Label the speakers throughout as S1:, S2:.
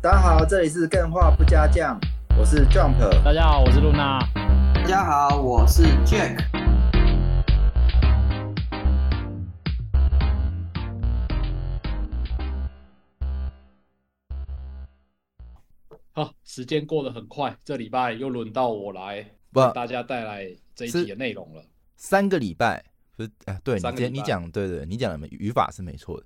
S1: 大家好，这里是更画不加酱，我是 Jump。
S2: 大家好，我是露娜。
S3: 大家好，我是 Jack。
S2: 好，时间过得很快，这礼拜又轮到我来
S4: 不
S2: 为大家带来这一集
S4: 是
S2: 的内容了。
S4: 三个礼拜不是？哎、对你
S2: 三
S4: 今
S2: 个
S4: 天
S2: 礼
S4: 你
S2: 拜
S4: 讲对对，你讲的语法是没错的。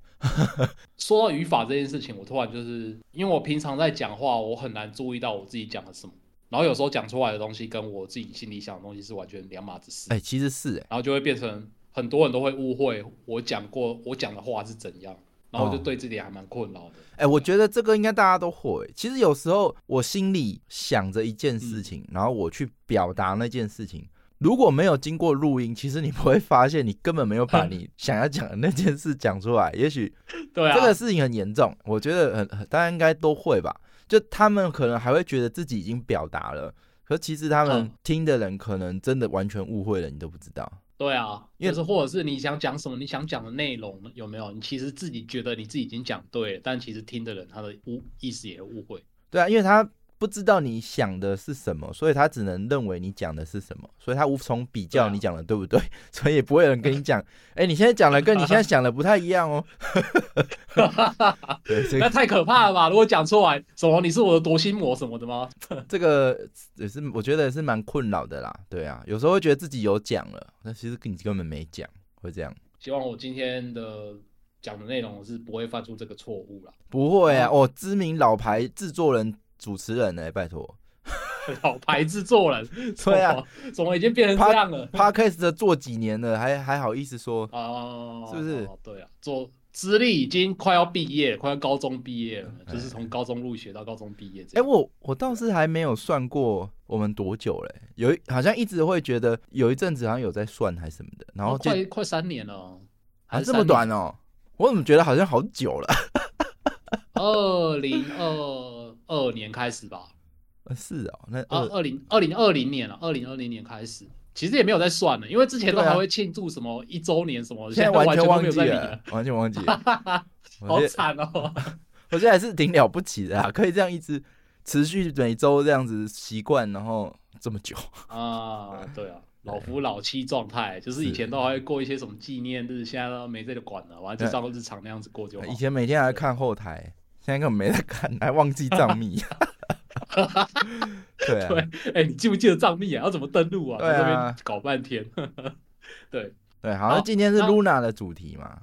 S2: 说到语法这件事情，我突然就是因为我平常在讲话，我很难注意到我自己讲了什么，然后有时候讲出来的东西跟我自己心里想的东西是完全两码子事，
S4: 哎、其实是哎、
S2: 然后就会变成很多人都会误会我讲过我讲的话是怎样，然后我就
S4: 哦
S2: 对自己还蛮困扰的。
S4: 哎、我觉得这个应该大家都会。其实有时候我心里想着一件事
S2: 嗯
S4: 情，然后我去表达那件事情，如果没有经过录音，其实你不会发现你根本没有 把你想要讲的那件事讲出来。也许
S2: 对啊，
S4: 这个事情很严重，我觉得很很大家应该都会吧。就他们可能还会觉得自己已经表达了，可其实他们
S2: 嗯
S4: 听的人可能真的完全误会了，你都不知道。
S2: 对啊，
S4: 因
S2: 就
S4: 为
S2: 是或者是你想讲什么，你想讲的内容有没有？你其实自己觉得你自己已经讲对了，但其实听的人他的误意思也误会。
S4: 对啊，因为他不知道你想的是什么，所以他只能认为你讲的是什么，所以他无从比
S2: 对
S4: 较
S2: 啊
S4: 你讲的对不 对，所以也不会有人跟你讲，哎、你现在讲的跟你现在想的不太一 样哦。 对，这
S2: 那
S4: 个
S2: 太可怕了吧！如果讲出来什么你是我的夺心魔什么的吗？
S4: 这个也是我觉得也是蛮困扰的啦。对啊，有时候会觉得自己有讲了，但其实你根本没讲，会这样。
S2: 希望我今天的讲的内容是不会犯出这个错误 啦。
S4: 不会啊，哦，知名老牌制作人、主持人呢、拜托
S2: 老牌制作人，
S4: 对啊
S2: 怎么，怎么已经变成这样了？
S4: ，Podcast 的做几年了，还还好意思说？
S2: 嗯哦，
S4: 是不是
S2: 哦对啊，做资历已经快要毕业，快要高中毕业了，就是从高中入学到高中毕业这
S4: 哎、
S2: 样。
S4: 我我倒是还没有算过我们多久嘞、有一好像一直会觉得有一阵子好像有在算还是什么的，然后
S2: 哦
S4: 就
S2: 快快三年了哦，还
S4: 啊
S2: 是
S4: 这么
S2: 三年
S4: 短哦、我怎么觉得好像好久了？
S2: 二零二二年开始吧，
S4: 是哦、那
S2: 啊，
S4: 二
S2: 二零二零二零年了，二零二零年开始，其实也没有在算了，因为之前都
S4: 对啊
S2: 还会庆祝什么一周年什么的，
S4: 现在
S2: 都完
S4: 全
S2: 都
S4: 忘
S2: 没有
S4: 记
S2: 在理
S4: 了
S2: 了，，
S4: 完全忘记了。 我
S2: 好
S4: 觉得
S2: 惨 哦。
S4: 我觉得还是挺了不起的啊，可以这样一直持续每周这样子习惯，然后这么久。
S2: 啊，对啊，老夫老妻状态，就是以前都还会过一些什么纪念日，现在都没这个管了，完全就照日常那样子过就好
S4: 以。前每天还看后台，现在根本没在看，还忘记账密。 对啊，
S2: 对，哎，你记不记得账密啊？要怎么登录啊？
S4: 对啊
S2: 在这边搞半天。 对
S4: 对，好像今天是
S2: 好那
S4: Luna 的主题嘛，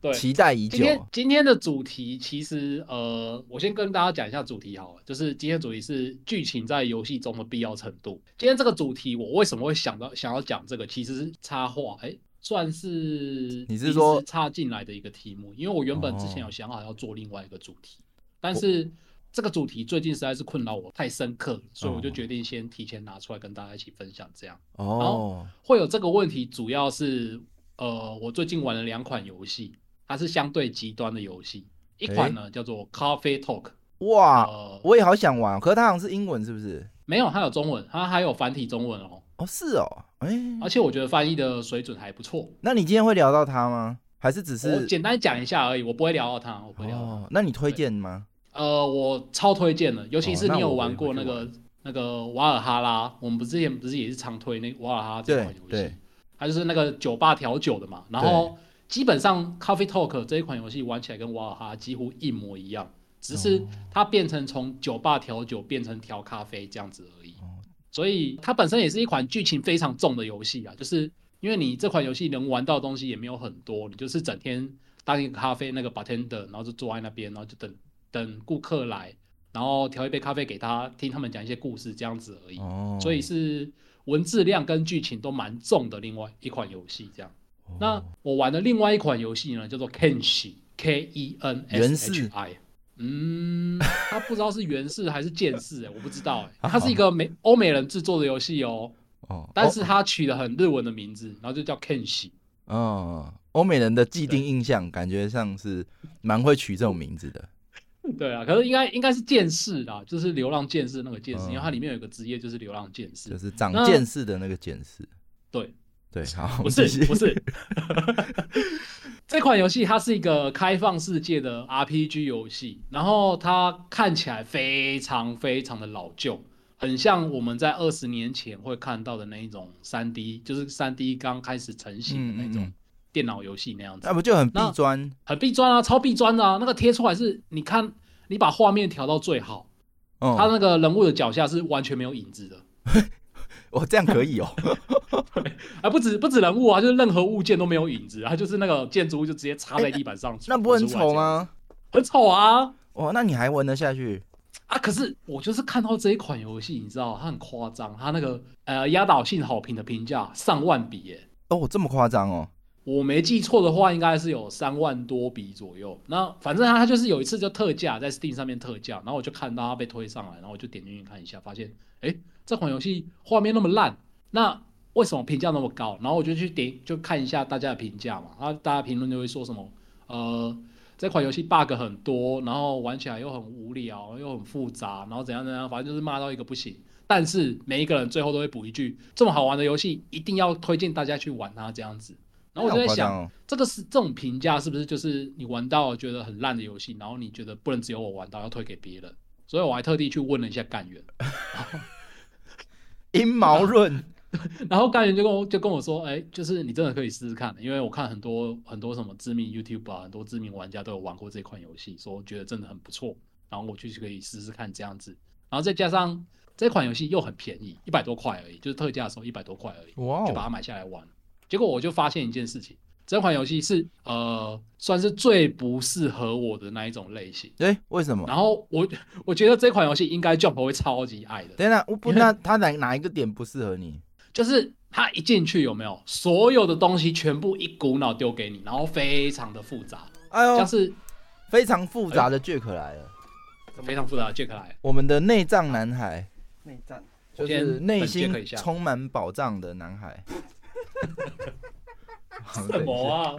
S2: 对，
S4: 期待已
S2: 今
S4: 久。
S2: 天今天的主题其实呃，我先跟大家讲一下主题好了，就是今天主题是剧情在游戏中的必要程度。今天这个主题我为什么会想到想要讲这个，其实是插画，哎、算是
S4: 你是
S2: 临时
S4: 说
S2: 插进来的一个题目，因为我原本之前
S4: 哦
S2: 有想好要做另外一个主题，但是。这个主题最近实在是困扰我太深刻了，所以我就
S4: 哦
S2: 决定先提前拿出来跟大家一起分享。这样
S4: 哦，
S2: 会有这个问题，主要是呃，我最近玩了两款游戏，它是相对极端的游戏。一款呢、叫做 Coffee Talk，
S4: 哇，
S2: 呃，
S4: 我也好想玩，哦可是它好像是英文，是不是？
S2: 没有，它有中文，它还有繁体中文哦，
S4: 哦，是哦，哎、
S2: 而且我觉得翻译的水准还不错。
S4: 那你今天会聊到它吗？还是只
S2: 我
S4: 是？
S2: 简单讲一下而已，我不会聊到它，我不会聊到它。
S4: 哦，那你推荐吗？
S2: 呃，我超推荐的，尤其是
S4: 哦那
S2: 你有
S4: 我
S2: 玩过
S4: 回
S2: 那
S4: 去
S2: 个、
S4: 玩
S2: 那个瓦尔哈拉，我们不是之前不是也是常推那个瓦尔哈这款
S4: 对
S2: 游戏
S4: 对，
S2: 它就是那个酒吧调酒的嘛。然后基本上 Coffee Talk 这一款游戏玩起来跟瓦尔哈几乎一模一样，只
S4: 哦
S2: 是它变成从酒吧调酒变成调咖啡这样子而已。
S4: 哦
S2: 所以它本身也是一款剧情非常重的游戏啊，就是因为你这款游戏能玩到的东西也没有很多，你就是整天当一个咖啡那个 bartender，然后就坐在那边，然后就等等顾客来，然后调一杯咖啡给他，听他们讲一些故事这样子而已。
S4: 哦，
S2: 所以是文字量跟剧情都蛮重的另外一款游戏这样。
S4: 哦
S2: 那我玩的另外一款游戏呢，叫做 Kenshi K E N
S4: 原
S2: S
S4: 氏
S2: H I。嗯，它不知道是原氏还是剑氏、欸，我不知道、 欸。它是一个美欧美人制作的游戏哦，
S4: 哦，
S2: 但是它取了很日文的名字，然后就叫 Kenshi。
S4: 哦，哦欧美人的既定印象感觉上是蛮会取这种名字的。
S2: 对啊，可是应该应该是剑士啦，就是流浪剑士那个剑士，
S4: 嗯
S2: 因为它里面有一个职业就是流浪剑士
S4: 就。是长
S2: 那
S4: 见识的那个见识。
S2: 对，
S4: 对，好，
S2: 不
S4: 继续
S2: 是不，是， 这款游戏它是一个开放世界的 RPG 游戏，然后它看起来非常非常的老旧，很像我们在二十年前会看到的那一种三 D，就是三 D 刚开始成型的那
S4: 嗯嗯
S2: 种
S4: 嗯
S2: 电脑游戏那样子
S4: 那，不就很
S2: 那
S4: 避钻？
S2: 很壁砖啊，超壁砖的啊，那个贴出来是，你看你把画面调到最好，它
S4: 嗯，
S2: 那个人物的脚下是完全没有影子的。
S4: 我这样可以哦。
S2: 啊，不止不止人物啊，就是任何物件都没有影子，它就是那个建筑物就直接插在地板上、
S4: 哎那不会很
S2: 凸出来
S4: 丑
S2: 这样？
S4: 吗？
S2: 很丑啊
S4: 哦，那你还闻得下去？
S2: 啊！可是我就是看到这一款游戏，你知道它很夸张，它那个呃压倒性好评的评价上万笔耶、
S4: 哦，这么夸张哦？
S2: 我没记错的话，应该是有三万多笔左右。那反正它它就是有一次就特价，在 Steam 上面特价，然后我就看到它被推上来，然后我就点进去看一下，发现哎、诶这款游戏画面那么烂，那为什么评价那么高？然后我就去点就看一下大家的评价嘛，然后大家评论就会说什么呃这款游戏 bug 很多，然后玩起来又很无聊，又很复杂，然后怎样怎样，反正就是骂到一个不行。但是每一个人最后都会补一句：这么好玩的游戏，一定要推荐大家去玩它这样子。然后我就在
S4: 那好夸
S2: 想
S4: 张，哦，
S2: 这个是这种评价是不是就是你玩到觉得很烂的游戏，然后你觉得不能只有我玩到，要推给别人？所以我还特地去问了一下干员，
S4: 阴毛润，
S2: 然后干员就跟我就跟我说，哎，就是你真的可以试试看，因为我看很多很多什么知名 YouTube 啊，很多知名玩家都有玩过这款游戏，说觉得真的很不错，然后我就可以试试看这样子，然后再加上这款游戏又很便宜，一百多块而已，就是特价的时候一百多块而已，
S4: 哇
S2: 就把
S4: 哦，
S2: 它买下来玩。结果我就发现一件事情，这款游戏是呃算是最不适合我的那一种类型。
S4: 哎，为什么？
S2: 然后我我觉得这款游戏应该 Jump 会超级爱的，
S4: 等一下，我不，
S2: 因为
S4: 那他哪哪一个点不适合你？
S2: 就是它一进去有没有所有的东西全部一股脑丢给你，然后非常的复杂，
S4: 哎呦
S2: 像，是
S4: 非常复杂的 Jack 来了，
S2: 非常复杂的 Jack 来，
S4: 我们的内脏男孩，
S3: 内战，
S4: 就
S2: 我先
S4: 是内
S2: 本 Jack
S4: 心
S2: 一下
S4: 充满宝藏的男孩。 好
S2: 什么？啊？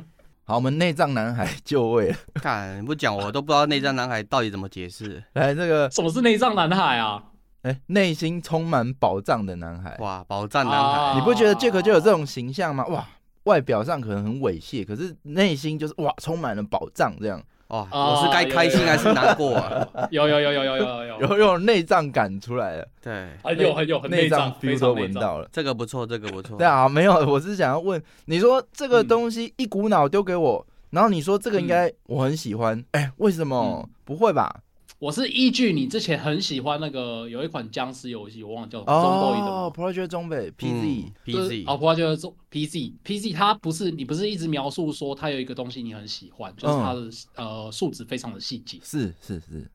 S4: 好，我们内脏男孩就位了。
S3: 干你不讲我都不知道内战男孩到底怎么解释。
S4: 来，这个
S2: 什么是内脏男孩啊？
S4: 哎，内心充满宝藏的男孩，
S3: 哇，宝藏男孩，
S2: 哎啊
S4: 你不觉得 Jack 就有这种形象吗？哇，外表上可能很猥亵，可是内心就是哇，充满了宝藏这样，
S3: 哇，
S2: 啊
S3: 我是该开心还是难过啊？
S2: 有有有有有有有有，
S4: 有有内脏感出来了，
S3: 对，
S2: 很有很有很
S4: 内
S2: 脏，非
S4: feel 都
S2: 常内
S4: 闻
S2: 脏。
S4: 到了。
S3: 这个不错，这个不错。
S4: 对啊，没有，我是想要问你说这个
S2: 嗯
S4: 东西一股脑丢给我，然后你说这个应该我很喜欢，哎、为什么、
S2: 嗯
S4: 不会吧？
S2: 我是依据你之前很喜欢那个有一款僵尸游戏，我忘了叫什么，中国的
S4: 哦
S2: 吗？
S4: ，Project 中北 PZ，、
S3: 嗯
S2: 就是哦，
S3: PZ，
S2: 不就是中 PZ PZ，它不是你不是一直描述说它有一个东西你很喜欢，就是它的、呃数值非常的细节。
S4: 是是是，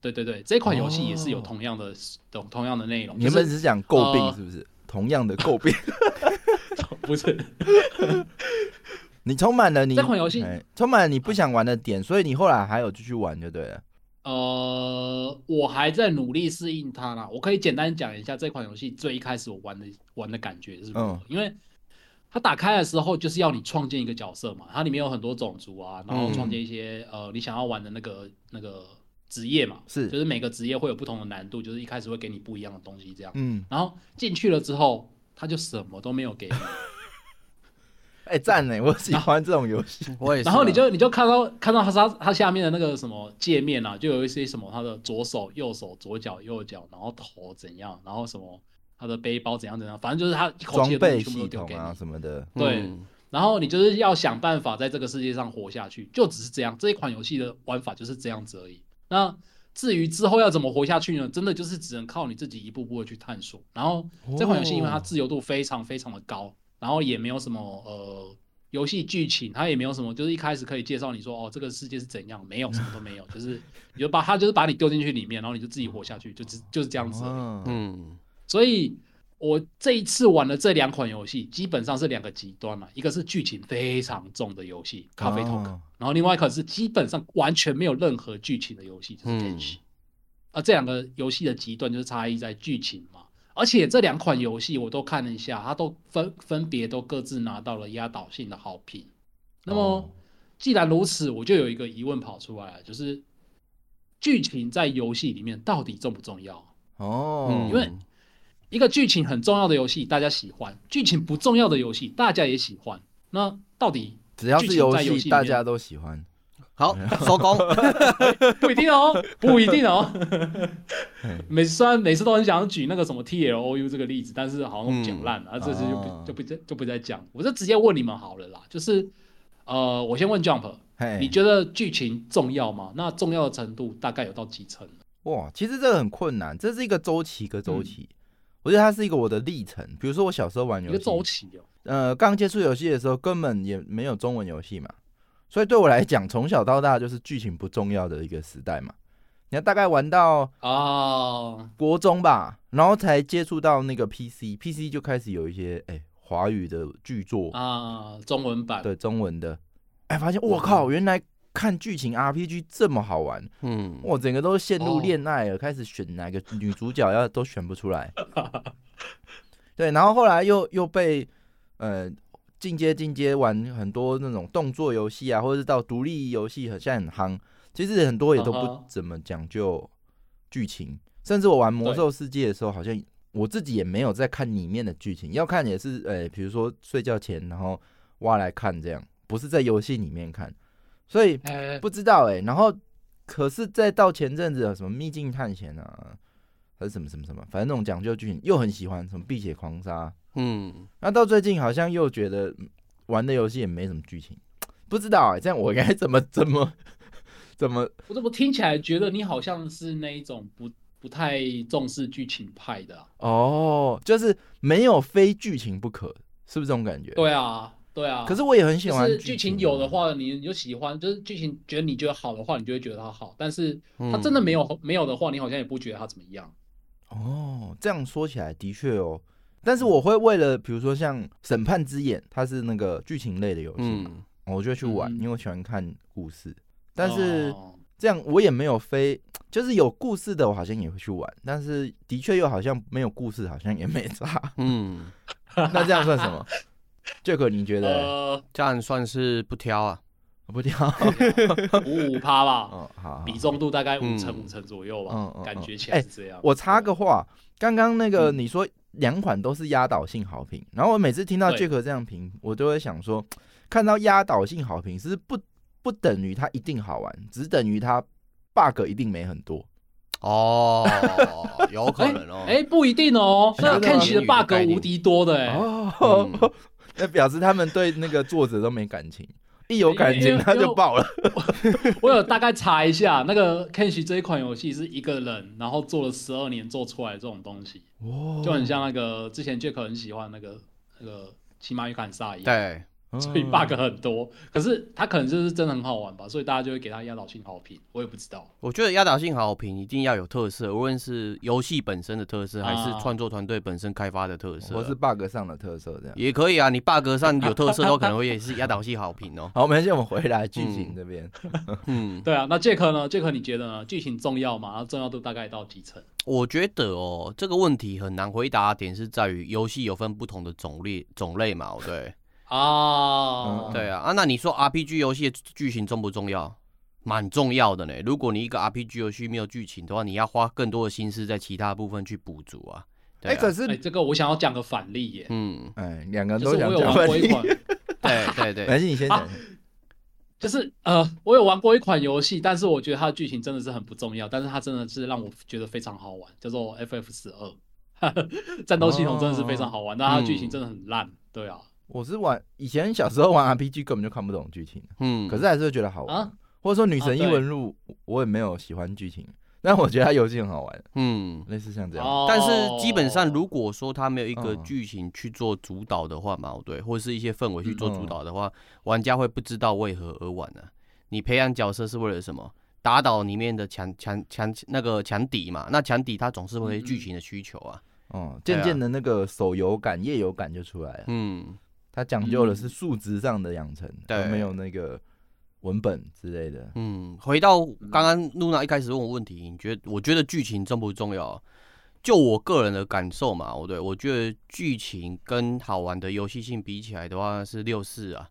S2: 对对对，这款游戏也是有
S4: 哦
S2: 同样的、同同样的内容，
S4: 你们
S2: 就
S4: 只
S2: 是
S4: 是想诟病
S2: 呃
S4: 是不是？同样的诟病，
S2: 不是？
S4: 你充满了你
S2: 这款游戏
S4: 哎充满了你不想玩的点，所以你后来还有继续玩就对了。
S2: 呃，我还在努力适应它啦。我可以简单讲一下这款游戏最一开始我玩的玩的感觉是什么
S4: 嗯，
S2: 因为它打开的时候就是要你创建一个角色嘛，它里面有很多种族啊，然后创
S4: 嗯
S2: 建一些、呃你想要玩的那个那个职业嘛，
S4: 是
S2: 就是每个职业会有不同的难度，就是一开始会给你不一样的东西这样。
S4: 嗯，
S2: 然后进去了之后，他就什么都没有给你，
S4: 哎、赞呢，我喜欢这种游戏。
S3: 我也是啊。
S2: 然后你就你就看到看到他他他下面的那个什么界面啊，就有一些什么他的左手、右手、左脚、右脚，然后头怎样，然后什么他的背包怎样怎样，反正就是他一啊口
S4: 装
S2: 气的东
S4: 备
S2: 西全部
S4: 系
S2: 都丢
S4: 统
S2: 给你。
S4: 啊什么的，
S2: 对
S3: 嗯
S2: 然后你就是要想办法在这个世界上活下去，就只是这样。这一款游戏的玩法就是这样子而已。那至于之后要怎么活下去呢？真的就是只能靠你自己一步步的去探索。然后这款游戏因为它
S4: 哦
S2: 自由度非常非常的高，然后也没有什么呃游戏剧情，它也没有什么，就是一开始可以介绍你说哦这个世界是怎样，没有什么都没有，就是你就把它就是把你丢进去里面，然后你就自己活下去，就只就是这样子而已。
S4: 嗯，
S3: 嗯，
S2: 所以我这一次玩的这两款游戏，基本上是两个极端嘛，一个是剧情非常重的游戏《咖啡 Talk》，
S4: 哦
S2: 然后另外一款是基本上完全没有任何剧情的游戏，就是《
S3: 嗯
S2: t e n s 啊，这两个游戏的极端就是差异在剧情嘛。而且这两款游戏我都看了一下，它都分分别都各自拿到了压倒性的好评。那么、
S4: 哦
S2: 既然如此，我就有一个疑问跑出来了，就是剧情在游戏里面到底重不重要？
S4: 哦，
S3: 嗯
S2: 因为一个剧情很重要的游戏大家喜欢，剧情不重要的游戏大家也喜欢。那到 底
S4: 只要
S2: 剧
S4: 是
S2: 情
S4: 游
S2: 在游戏
S4: 戏，
S2: 里
S4: 大
S2: 面
S4: 家都喜欢。
S3: 好，收工。
S2: 不一定哦，不一定哦。每虽然每次都很想举那个什么 T L O U 这个例子，但是好像讲烂了，啊，这次就
S4: 哦
S2: 不就不再就不再讲。我就直接问你们好了啦，就是呃，我先问 Jump，
S4: 嘿，
S2: 你觉得剧情重要吗？那重要的程度大概有到几成？
S4: 哇，其实这个很困难，这是一个周期一个周期。我觉得它是一个我的历程。比如说我小时候玩
S2: 嗯一
S4: 游
S2: 个
S4: 戏，
S2: 周期哦。
S4: 呃，刚接触游戏的时候根本也没有中文游戏嘛，所以对我来讲，从小到大就是剧情不重要的一个时代嘛。你要大概玩到
S2: 啊，
S4: 国中吧，然后才接触到那个 PC，PC 就开始有一些哎华语的剧作，
S2: 啊，中文版
S4: 对中文的，哎发现我靠，原来看剧情 RPG 这么好玩，
S3: 嗯，
S4: 我整个都陷入
S2: 哦
S4: 恋爱了，开始选哪个女主角要都选不出来。 对，然后后来又又被呃进阶进阶玩很多那种动作游戏啊，或者是到独立游戏很现在很夯，其实很多也都
S2: 嗯
S4: 不
S2: 哼
S4: 怎么讲究剧情，甚至我玩魔
S2: 对
S4: 兽世界的时候，好像我自己也没有在看里面的剧情，要看也是呃比如说睡觉前然后挖来看这样，不是在游戏里面看，所以
S2: 哎，
S4: 不知道哎、然后可是再到前阵子有什么秘境探险啊，还是什么什么什么，反正那种讲究剧情又很喜欢，什么碧血狂杀。
S3: 嗯，
S4: 那到最近好像又觉得嗯玩的游戏也没什么剧情，不知道哎、这样我该怎么怎么 怎么？
S2: 我怎么听起来觉得你好像是那一种不不太重视剧情派的啊、
S4: 哦，就是没有非剧情不可，是不是这种感觉？、
S2: 对啊，对啊。
S4: 可是我也很喜
S2: 就
S4: 欢
S2: 是
S4: 剧
S2: 剧
S4: 情
S2: 情
S4: 啊
S2: 有的，话，你你就喜欢，就是剧情觉得你觉得好的话，你就会觉得它好；但是它
S3: 嗯
S2: 真的没有没有的话，你好像也不觉得它怎么样。
S4: 哦，这样说起来的确哦。但是我会为了，比如说像《审判之眼》，它是那个剧情类的游戏嘛，哦
S3: 嗯。
S4: 我就去玩，
S2: 嗯
S4: 因为我喜欢看故事。但是
S2: 哦
S4: 这样我也没有非，就是有故事的我好像也会去玩，但是的确又好像没有故事，好像也没差
S3: 嗯，
S4: 那这样算什么？Jack，你觉得？
S2: 呃，
S3: 这样算是不挑啊。
S4: 不掉。
S2: 五五趴吧，
S4: 哦，好，好
S2: 比重度大概五成
S3: 嗯
S2: 五成左右
S4: 嗯
S2: 吧
S4: 嗯，
S2: 感
S4: 嗯
S2: 觉起
S4: 哎
S2: 来是这样。
S4: 我插个话，刚刚那个
S2: 嗯
S4: 你说两款都是压倒性好评，然后我每次听到
S2: 对
S4: Jack 这样评，我都会想说，看到压倒性好评是不不等于它一定好玩，只等于它 bug 一定没很多。
S3: 哦，有可能哦。
S2: 哎，不一定哦，那
S4: 真的吗
S2: Kench 的 bug 无敌多的哎。
S4: 哦，
S3: 嗯
S4: 那表示他们对那个作者都没感情，一有感
S2: 因
S4: 情
S2: 为
S4: 他就爆了。
S2: 我有大概查一下，那个 Kench 这一款游戏是一个人，然后做了十二年做出来的这种东西，
S4: 哇
S2: 就很像那个之前 Jack 很喜欢那个那个骑马与砍杀一样。
S3: 对，
S4: 嗯
S2: 所以 bug 很多。可是它可能就是真的很好玩吧，所以大家就会给它压倒性好评。我也不知道，
S3: 我觉得压倒性好评一定要有特色，无论是游戏本身的特色，还是
S2: 啊
S3: 创作团队本身开发的特色
S4: 或是
S3: 啊。
S4: bug 上的特色这样。。
S3: 也可以啊，你 bug 上有特色都可能会也是压倒性好评哦
S4: 好，没关系，我们回来剧情这边。
S3: 嗯，
S2: 对啊。那杰克呢？杰克你觉得呢？剧情重要吗？它重要度大概到几成？
S3: 我觉得哦，这个问题很难回答的点是在于游戏有分不同的种类种类嘛，哦对
S2: 啊，
S4: 嗯
S3: 对啊啊，那你说 RPG 游戏的剧情重不重要？蛮重要的呢。如果你一个 RPG 游戏没有剧情的话，你要花更多的心思在其他部分去补足啊。对
S4: 哎，
S3: 啊
S4: 可是
S2: 哎，这个我想要讲个反例耶，
S3: 嗯，
S4: 哎，两个人
S2: 就
S4: 都
S2: 是
S4: 想
S2: 我有
S4: 讲
S2: 玩
S4: 问
S2: 过一
S4: 题
S2: 款，啊
S3: 对对
S4: 没
S3: 对，
S4: 关系，你先讲。
S2: 就是呃，我有玩过一款游戏，但是我觉得它的剧情真的是很不重要，但是它真的是让我觉得非常好玩，叫做 FF 十二。 战斗系统真的是非常好
S4: 哦
S2: 玩，但它的剧情真的很烂，对啊，
S4: 我是玩以前小时候玩 RPG 根本就看不懂剧情，
S3: 嗯，
S4: 可是还是会觉得好玩
S2: 啊。
S4: 或者说《女神
S2: 啊
S4: 异
S2: 对
S4: 闻录》，我也没有喜欢剧情，但我觉得它游戏很好玩，
S3: 嗯。
S4: 类似像这样。
S2: 哦
S3: 但是基本上，如果说它没有一个
S4: 嗯
S3: 剧情去做主导的话嘛，对，或者是一些氛围去做主
S2: 嗯
S3: 导的话，玩家会不知道为何而玩呢、你培养角色是为了什么？打倒里面的强强强那个强敌嘛，那强敌他总是会有
S2: 嗯嗯
S3: 剧情的需求啊。
S4: 哦，
S3: 对啊
S4: 渐渐的那个手游感、页游感就出来了。
S3: 嗯，
S4: 它讲究的是数值上的养成，
S3: 对
S4: 而没有那个文本之类的。
S3: 嗯，回到刚刚露娜一开始问我问题，你觉得我觉得剧情重不重要？就我个人的感受嘛，我对我觉得剧情跟好玩的游戏性比起来的话是六四啊，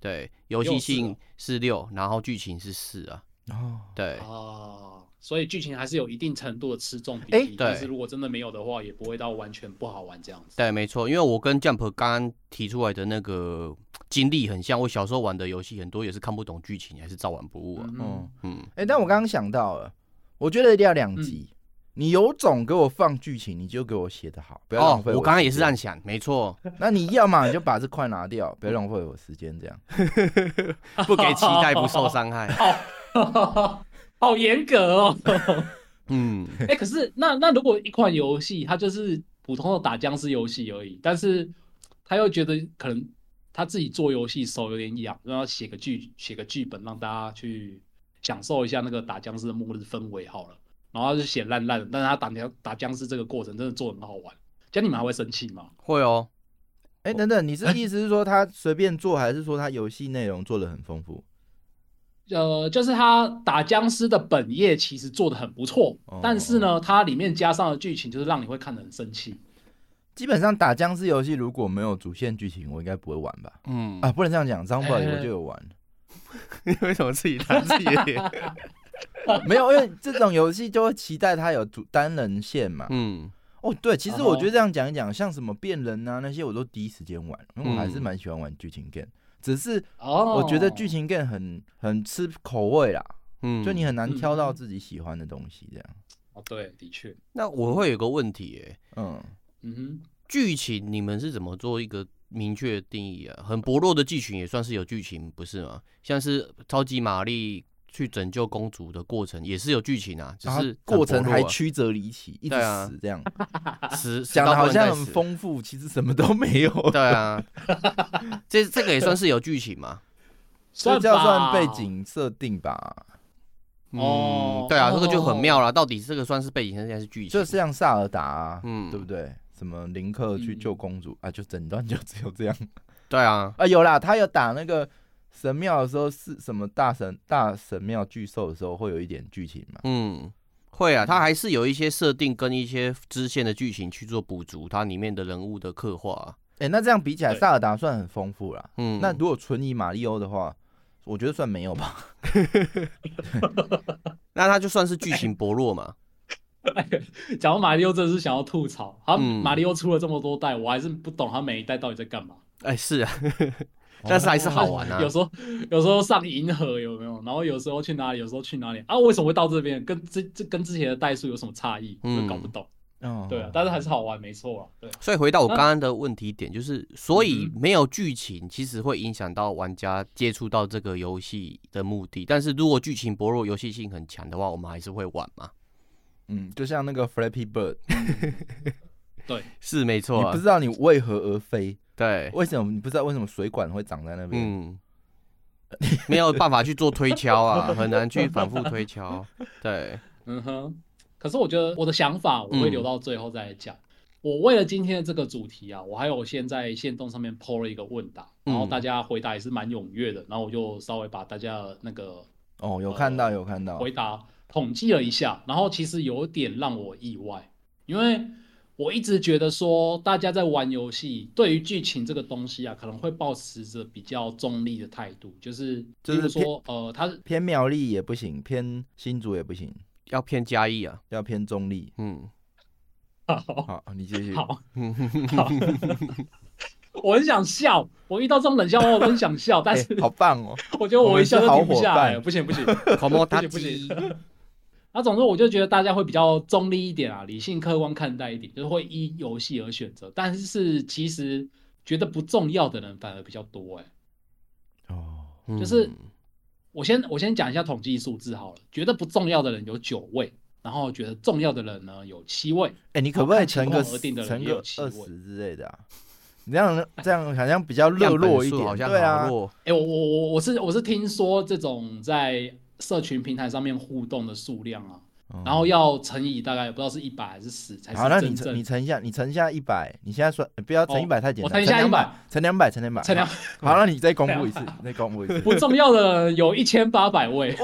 S3: 对，游戏
S2: 六四
S3: 性
S2: 哦
S3: 是六，然后剧情是四啊，
S4: 哦，
S3: 对，
S2: 哦，所以剧情还是有一定程度的吃重比例，
S3: 哎
S2: 但是
S3: 对
S2: 如果真的没有的话，也不会到完全不好玩这样子。
S3: 对，没错，因为我跟 Jump 刚刚提出来的那个经历很像，我小时候玩的游戏很多也是看不懂剧情，还是照玩不误啊。
S2: 嗯
S4: 嗯
S2: 哼，，
S3: 嗯，
S4: 哎、但我刚刚想到了，我觉得一定要两集。你有种给我放剧情，你就给我写的好，不要浪
S3: 哦，
S4: 费
S3: 我刚刚也是这样
S4: 按，
S3: 想，没错，
S4: 那你要嘛你就把这块拿掉，不要浪费我时间这样。
S3: 不给期待，不受伤害。
S2: 好 严格哦。
S3: 嗯，
S2: 哎、可是那那如果一款游戏它就是普通的打僵尸游戏而已，但是他又觉得可能他自己做游戏手有点痒，然后写个剧写个剧本让大家去享受一下那个打僵尸的末日氛围好了，然后他就写烂烂的，但是他打僵打僵尸这个过程真的做得很好玩，这样你们还会生气吗？
S3: 会哦，
S4: 哎、等等，你是
S3: 啊
S4: 意思是说他随便做，还是说他游戏内容做的很丰富？
S2: 呃，就是他打僵尸的本业其实做的很不错，但是呢，它里面加上的剧情就是让你会看得很生气。
S4: 基本上打僵尸游戏如果没有主线剧情，我应该不会玩吧？
S3: 嗯
S4: 啊，，不能这样讲，张宝
S2: 哎
S4: 我就有玩，
S3: 你为什么自己打自己的 脸？
S4: 没有，因为这种游戏就会期待它有主单人线嘛。
S3: 嗯，
S4: 哦，对，其实
S2: 哦
S4: 我觉得这样讲一讲，像什么变人啊那些，我都第一时间玩，因为我还是
S3: 嗯
S4: 蛮喜欢玩剧情 game。只是
S2: 哦，
S4: 我觉得剧情 game 很很吃口味啦，
S3: 嗯，
S4: 就你很难
S2: 嗯
S4: 挑到自己喜欢的东西这样。
S2: 哦，对，的确，
S3: 那我会有个问题耶，
S4: 嗯，
S2: 嗯哼。
S3: 剧情你们是怎么做一个明确的定义啊？很薄弱的剧情也算是有剧情，不是吗？像是超级玛丽去拯救公主的过程也是有剧情啊，只
S4: 然后
S3: 是
S4: 过程
S3: 很薄
S4: 还
S3: 弱啊
S4: 曲折离奇，一直
S3: 对啊
S4: 死这样，
S3: 死
S4: 讲的好像
S3: 死到不能再
S4: 很。
S3: 死
S4: 丰富， 其实什么都没有。
S3: 对啊，这这个也算是有剧情嘛？
S4: 这
S2: 算
S4: 叫
S2: 吧
S4: 算背。景设定吧，
S2: 哦
S3: 嗯，对啊，这个就很妙了。到底这个算是背景，现在是剧情？
S4: 就像萨尔达、啊，
S3: 嗯
S4: 对不对？什么林克去
S2: 嗯
S4: 救公主、啊，就整段就只有这样
S3: 对啊，
S4: 啊。有啦，他有打那个神庙的时候，是什么大神大神庙巨兽的时候，会有一点剧情嘛？
S3: 嗯，会啊，它还是有一些设定跟一些支线的剧情去做补足，它里面的人物的刻画啊。
S4: 哎、那这样比起来，
S2: 对
S4: 萨尔达算很丰富啦。
S3: 嗯，
S4: 那如果纯以马里欧的话，我觉得算没有吧。
S3: 那它就算是剧情薄弱嘛。
S2: 讲到马里奥，真的是想要吐槽。他
S3: 嗯
S2: 马里奥出了这么多代，我还是不懂他每一代到底在干嘛。
S3: 哎，是啊， 但是还是好玩啊
S2: 有。时候有时候上银河有没有？然后有时候去哪里，有时候去哪里啊？为什么会到这边？跟这这跟之前的代数有什么差异？
S3: 嗯
S2: 我搞不懂。
S4: 哦
S2: 对啊，但是还是好玩，没错啊。对，
S3: 所以回到我刚刚的问题点，就是所以
S2: 嗯
S3: 没有剧情，其实会影响到玩家接触到这个游戏的目的。但是如果剧情薄弱、游戏性很强的话，我们还是会玩嘛。
S4: 嗯，就像那个 Flappy Bird，
S3: 是没错
S4: 你
S3: 啊
S4: 不，知道你为何而飞，
S3: 对，
S4: 为什么你不知道为什么水管会长在那边？
S3: 嗯， 没有办法去做推敲啊，很难去反复推敲。对，
S2: 嗯哼。可是我觉得我的想法我
S3: 嗯
S2: 会留到最后再来讲。我为了今天的这个主题啊，我还有现在线动上面 PO 了一个问答，然后
S3: 嗯
S2: 大家回答也是蛮踊跃的，然后我就稍微把大家的那个
S4: 哦，有看到，有看到。
S2: 回答统计了一下，然后其实有点让我意外，因为我一直觉得说大家在玩游戏，对于剧情这个东西啊，可能会保持着比较中立的态度，就是
S4: 就
S2: 就是是说呃，他
S4: 偏苗栗也不行，偏新竹也不行，
S3: 要偏加一啊，
S4: 要偏中立。
S3: 嗯，
S2: 好
S4: 好，你继续。
S2: 哦好，我很想笑，我遇到这种冷笑话我都很想笑，但
S4: 哎，
S2: 是
S4: 好棒哦！
S2: 我觉得我一笑就停不下来了，
S4: 我们是好伙伴
S2: 不行不行。
S3: 口
S4: 哦
S3: 莫达
S2: 不行
S3: 基，
S2: 那总之，我就觉得大家会比较中立一点啊，理性客观看待一点，就是会依游戏而选择。但是其实觉得不重要的人反而比较多、欸。哎，
S4: 哦，
S2: 就是
S3: 嗯
S2: 我先我先讲一下统计数字好了，觉得不重要的人有九位，然后觉得重要的人呢有七位。
S4: 哎，你可不可以
S2: 看情
S4: 乘
S2: 况
S4: 个
S2: 而定的人
S4: 乘
S2: 也
S4: 个
S2: 有
S4: 二
S2: 气味
S4: 十之类的啊？你这样这样好像比较热
S3: 样本
S4: 络一
S3: 数
S4: 点，
S3: 好像
S4: 对啊
S3: 好，弱，
S2: 哎、我我我我是我是听说这种在社群平台上面互动的数量啊，
S4: 嗯
S2: 然后要乘以大概不知道是一百还是十才
S4: 好，那
S2: 是
S4: 你
S2: 真
S4: 乘
S2: 正哦
S4: 你乘一下，你乘一下一百，你现在算呃不要乘一百太简
S2: 我
S4: 单，
S2: 乘一下
S4: 200，乘两百，乘两百，
S2: 乘量。
S4: 好，那你再公布一次，你再公布一次。
S2: 不重要的人有一千八百位。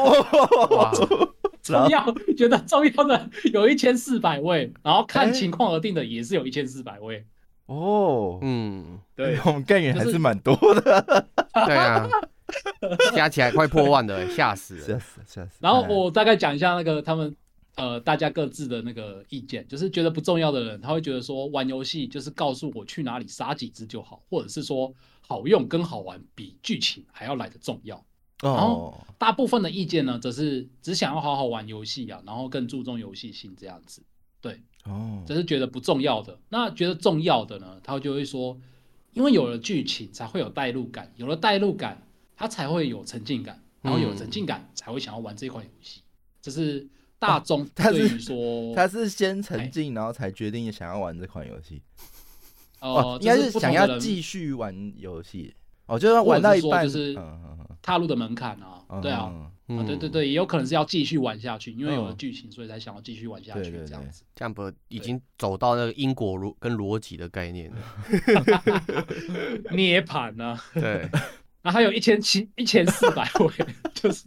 S3: 哇，
S2: 重要觉得重要的有一千四百位，然后看情况而定的也是有一千四百位。
S4: 哦，
S3: 嗯，
S2: 对，
S4: 我们干员还
S2: 就是
S4: 是蛮多的。
S3: 对啊，加起来快破万了，吓死
S4: 吓
S3: 了。
S4: 死吓死。
S2: 然后
S4: 哎
S2: 我大概讲一下那个他们呃大家各自的那个意见，就是觉得不重要的人，他会觉得说玩游戏就是告诉我去哪里杀几只就好，或者是说好用跟好玩比剧情还要来的重要。
S4: 哦，
S2: 大部分的意见呢，则是只想要好好玩游戏啊，然后更注重游戏性这样子。对，
S4: 哦，
S2: 这是觉得不重要的。那觉得重要的呢，他就会说，因为有了剧情才会有代入感，有了代入感，他才会有沉浸感，然后有
S4: 嗯
S2: 沉浸感才会想要玩这款游戏。这是大众
S4: 哦他
S2: 对
S4: 是
S2: 于说，
S4: 他是先
S2: 哎
S4: 沉浸，然后才决定想要玩这款游戏。
S2: 呃，
S4: 哦应该
S2: 这
S4: 是
S2: 不
S4: 想
S2: 同的
S4: 要
S2: 人
S4: 继续玩游戏。哦，就是玩到一
S2: 或
S4: 半，
S2: 者是说就是
S4: 嗯嗯
S2: 踏入的门槛啊，
S4: 嗯
S2: 对啊。
S4: 嗯
S2: 啊，
S3: 嗯，
S2: 对对，对，也有可能是要继续玩下去，因为有了
S4: 嗯
S2: 剧情，所以才想要继续玩下
S4: 对
S2: 去
S4: 对
S2: 这样
S4: 对
S2: 子。
S3: 这样不已经走到那个因果逻跟逻辑的概念了。
S2: 涅槃呢？
S3: 对，
S2: 然后啊还有一千七、一千四百 位，就是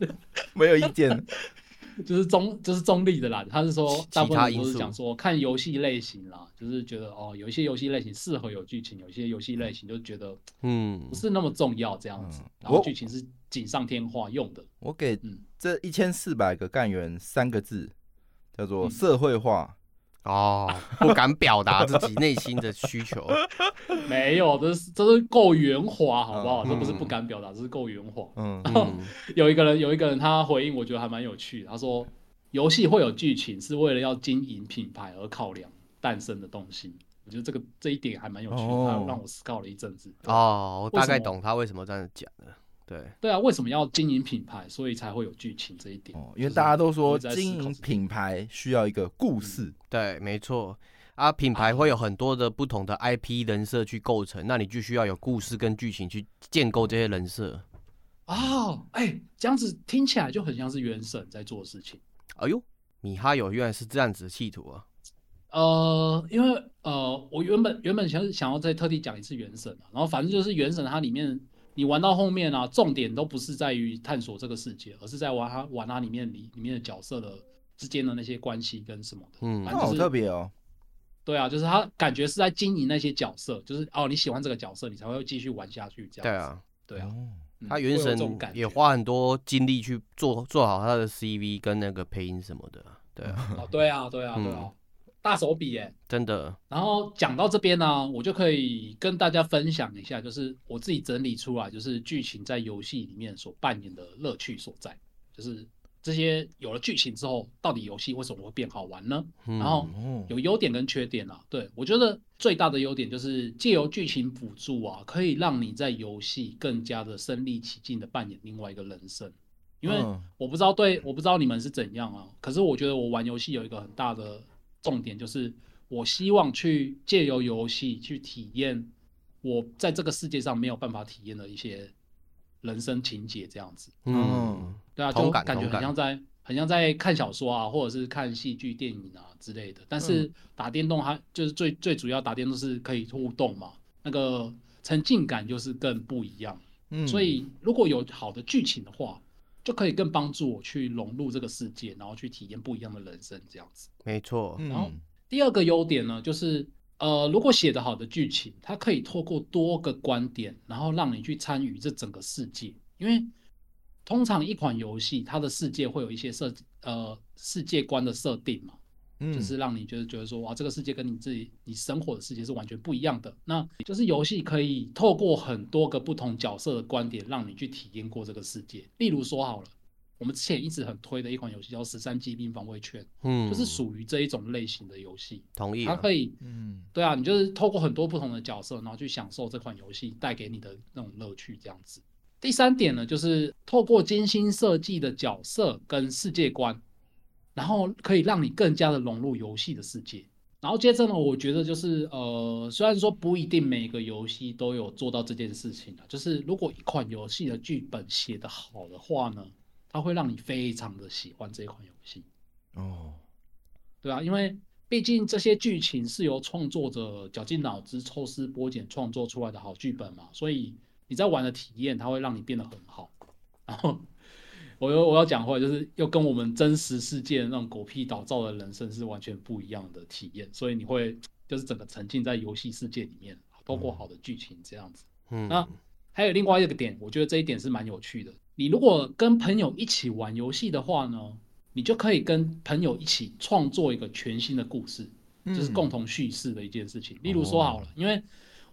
S4: 没有意 见。
S2: 就是中就是中立的啦。他是说
S3: 其，
S2: 大部
S3: 他
S2: 分
S3: 因
S2: 人都是
S3: 素
S2: 讲说看游戏类型啦，就是觉得哦，有一些游戏类型适合有剧情，有一些游戏类型就觉得
S3: 嗯
S2: 不，是那么重要这样子
S4: 嗯。
S2: 然后
S4: 我
S2: 剧情是锦上添花用的，
S4: 我给
S2: 嗯
S4: 这一千四百个干员三个字，叫做
S2: 嗯
S4: 社会化。
S3: 哦，不敢表达自己内心的需求。
S2: 没有，这是这是够圆滑，好不好？
S4: 嗯
S2: 这不是不敢表达，这是够圆滑。
S4: 嗯，
S3: 嗯，
S2: 有一个人，有一个人，他回应我觉得还蛮有趣的。他说，游戏会有剧情，是为了要经营品牌而考量诞生的东西。我觉得这个这一点还蛮有趣的，
S4: 哦
S2: 他让我思考了一阵子。
S3: 哦，我大概
S2: 为什么
S3: 懂他为什么这样讲了。对，
S2: 对啊，为什么要经营品牌，所以才会有剧情这一点。
S4: 哦，因为大家都说
S2: 就是我一直在思
S4: 经
S2: 考
S4: 营
S2: 这个嗯
S4: 品牌需要一个故事。
S3: 对，没错。啊，品牌会有很多的不同的 IP 人设去构成，那你就需要有故事跟剧情去建构这些人设。
S2: 哦，哎，这样子听起来就很像是原神在做的事情。
S3: 哎呦，米哈游原来是这样子的企图啊！
S2: 呃，因为呃，我原本原本想想要再特地讲一次原神啊，然后反正就是原神它里面你玩到后面啊，重点都不是在于探索这个世界，而是在玩它玩它里面里里面的角色的之间的那些关系跟什么的。
S3: 嗯
S2: 反
S4: 那
S2: 正
S4: 好
S2: 就是
S4: 特别哦。
S2: 对啊，就是他感觉是在经营那些角色，就是哦你喜欢这个角色，你才会继续玩下去这样。
S3: 对，啊，
S2: 对啊，
S4: 哦，
S2: 嗯
S3: 他原
S2: 会有这
S3: 神
S2: 种感
S3: 也
S2: 觉
S3: 花很多精力去做做好他的 CV 跟那个配音什么的啊。对 啊，
S2: 哦，对啊，对啊，对啊，大手笔耶、
S3: 真的，
S2: 然后讲到这边呢、我就可以跟大家分享一下，就是我自己整理出来，就是剧情在游戏里面所扮演的乐趣所在，就是这些有了剧情之后，到底游戏为什么会变好玩呢？
S3: 嗯
S2: 然后
S4: 哦，
S2: 有优点跟缺点啊。对我觉得最大的优点就是借由剧情辅助啊，可以让你在游戏更加的身临其境的扮演另外一个人生。因为
S4: 嗯
S2: 我不知道对，我不知道你们是怎样啊，可是我觉得我玩游戏有一个很大的重点，就是我希望去借由游戏去体验我在这个世界上没有办法体验的一些人生情节，这样子。
S3: 嗯，
S2: 对啊，
S3: 同
S2: 就
S3: 感
S2: 感觉很
S3: 同感
S2: 像在很像在看小说啊，或者是看戏剧、电影啊之类的。但
S3: 嗯
S2: 是打电动它就是最最主要打电动是可以互动嘛，那个沉浸感就是更不一样。
S4: 嗯
S2: 所以如果有好的剧情的话，就可以更帮助我去融入这个世界，然后去体验不一样的人生这样子。
S3: 没错，
S4: 嗯
S2: 然后第二个优点呢，就是呃，如果写得好的剧情，它可以透过多个观点，然后让你去参与这整个世界。因为通常一款游戏，它的世界会有一些设呃世界观的设定嘛，
S4: 嗯
S2: 就是让你就是觉得说，哇，这个世界跟你自己你生活的世界是完全不一样的。那就是游戏可以透过很多个不同角色的观点，让你去体验过这个世界。例如说好了，我们之前一直很推的一款游戏叫《十三机兵防卫圈》，
S3: 嗯，
S2: 就是属于这一种类型的游戏。
S3: 同意
S2: 它
S3: 啊，
S2: 可以，
S4: 嗯
S2: 对啊，你就是透过很多不同的角色，然后去享受这款游戏带给你的那种乐趣，这样子。第三点呢，就是透过精心设计的角色跟世界观，然后可以让你更加的融入游戏的世界。然后接着呢，我觉得就是呃，虽然说不一定每个游戏都有做到这件事情啊，就是如果一款游戏的剧本写得好的话呢，它会让你非常的喜欢这一款游戏。
S4: 哦，
S2: 对啊，因为毕竟这些剧情是由创作者绞尽脑汁、抽丝剥茧创作出来的好剧本嘛，所以你在玩的体验，它会让你变得很好。然后我又我要讲回来，就是又跟我们真实世界的那种狗屁倒灶的人生是完全不一样的体验，所以你会就是整个沉浸在游戏世界里面，包括好的剧情这样子。
S3: 嗯
S2: 那还有另外一个点，我觉得这一点是蛮有趣的。你如果跟朋友一起玩游戏的话呢，你就可以跟朋友一起创作一个全新的故事，就是
S4: 嗯
S2: 共同叙事的一件事情。例如说好了，因为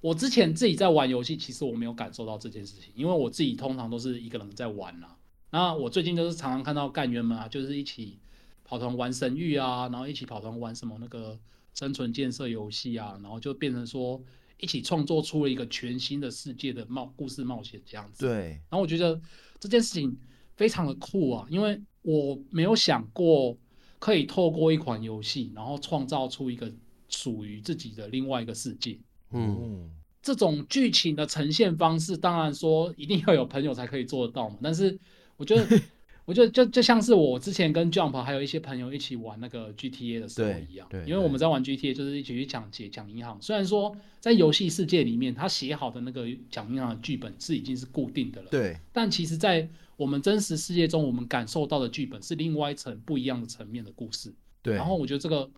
S2: 我之前自己在玩游戏，其实我没有感受到这件事情，因为我自己通常都是一个人在玩啦、那我最近就是常常看到干员们啊，就是一起跑团玩神域啊，然后一起跑团玩什么那个生存建设游戏啊，然后就变成说一起创作出了一个全新的世界的冒故事冒险这样子。
S4: 对，
S2: 然后我觉得这件事情非常的酷啊，因为我没有想过可以透过一款游戏，然后创造出一个属于自己的另外一个世界。
S3: 嗯，
S4: 哦
S2: 这种剧情的呈现方式，当然说一定要有朋友才可以做得到嘛。但是我觉得，我觉得就就像是我之前跟 Jump 还有一些朋友一起玩那个 GTA 的时候
S4: 对
S2: 一样，
S3: 对
S2: 因为我们在玩 GTA 就是一起去抢劫、抢银行。虽然说在游戏世界里面，他写好的那个抢银行的剧本是已经是固定的了，
S4: 对，
S2: 但其实，在我们真实世界中，我们感受到的剧本是另外一层不一样的层面的故事。
S4: 对，
S2: 然后我觉得这个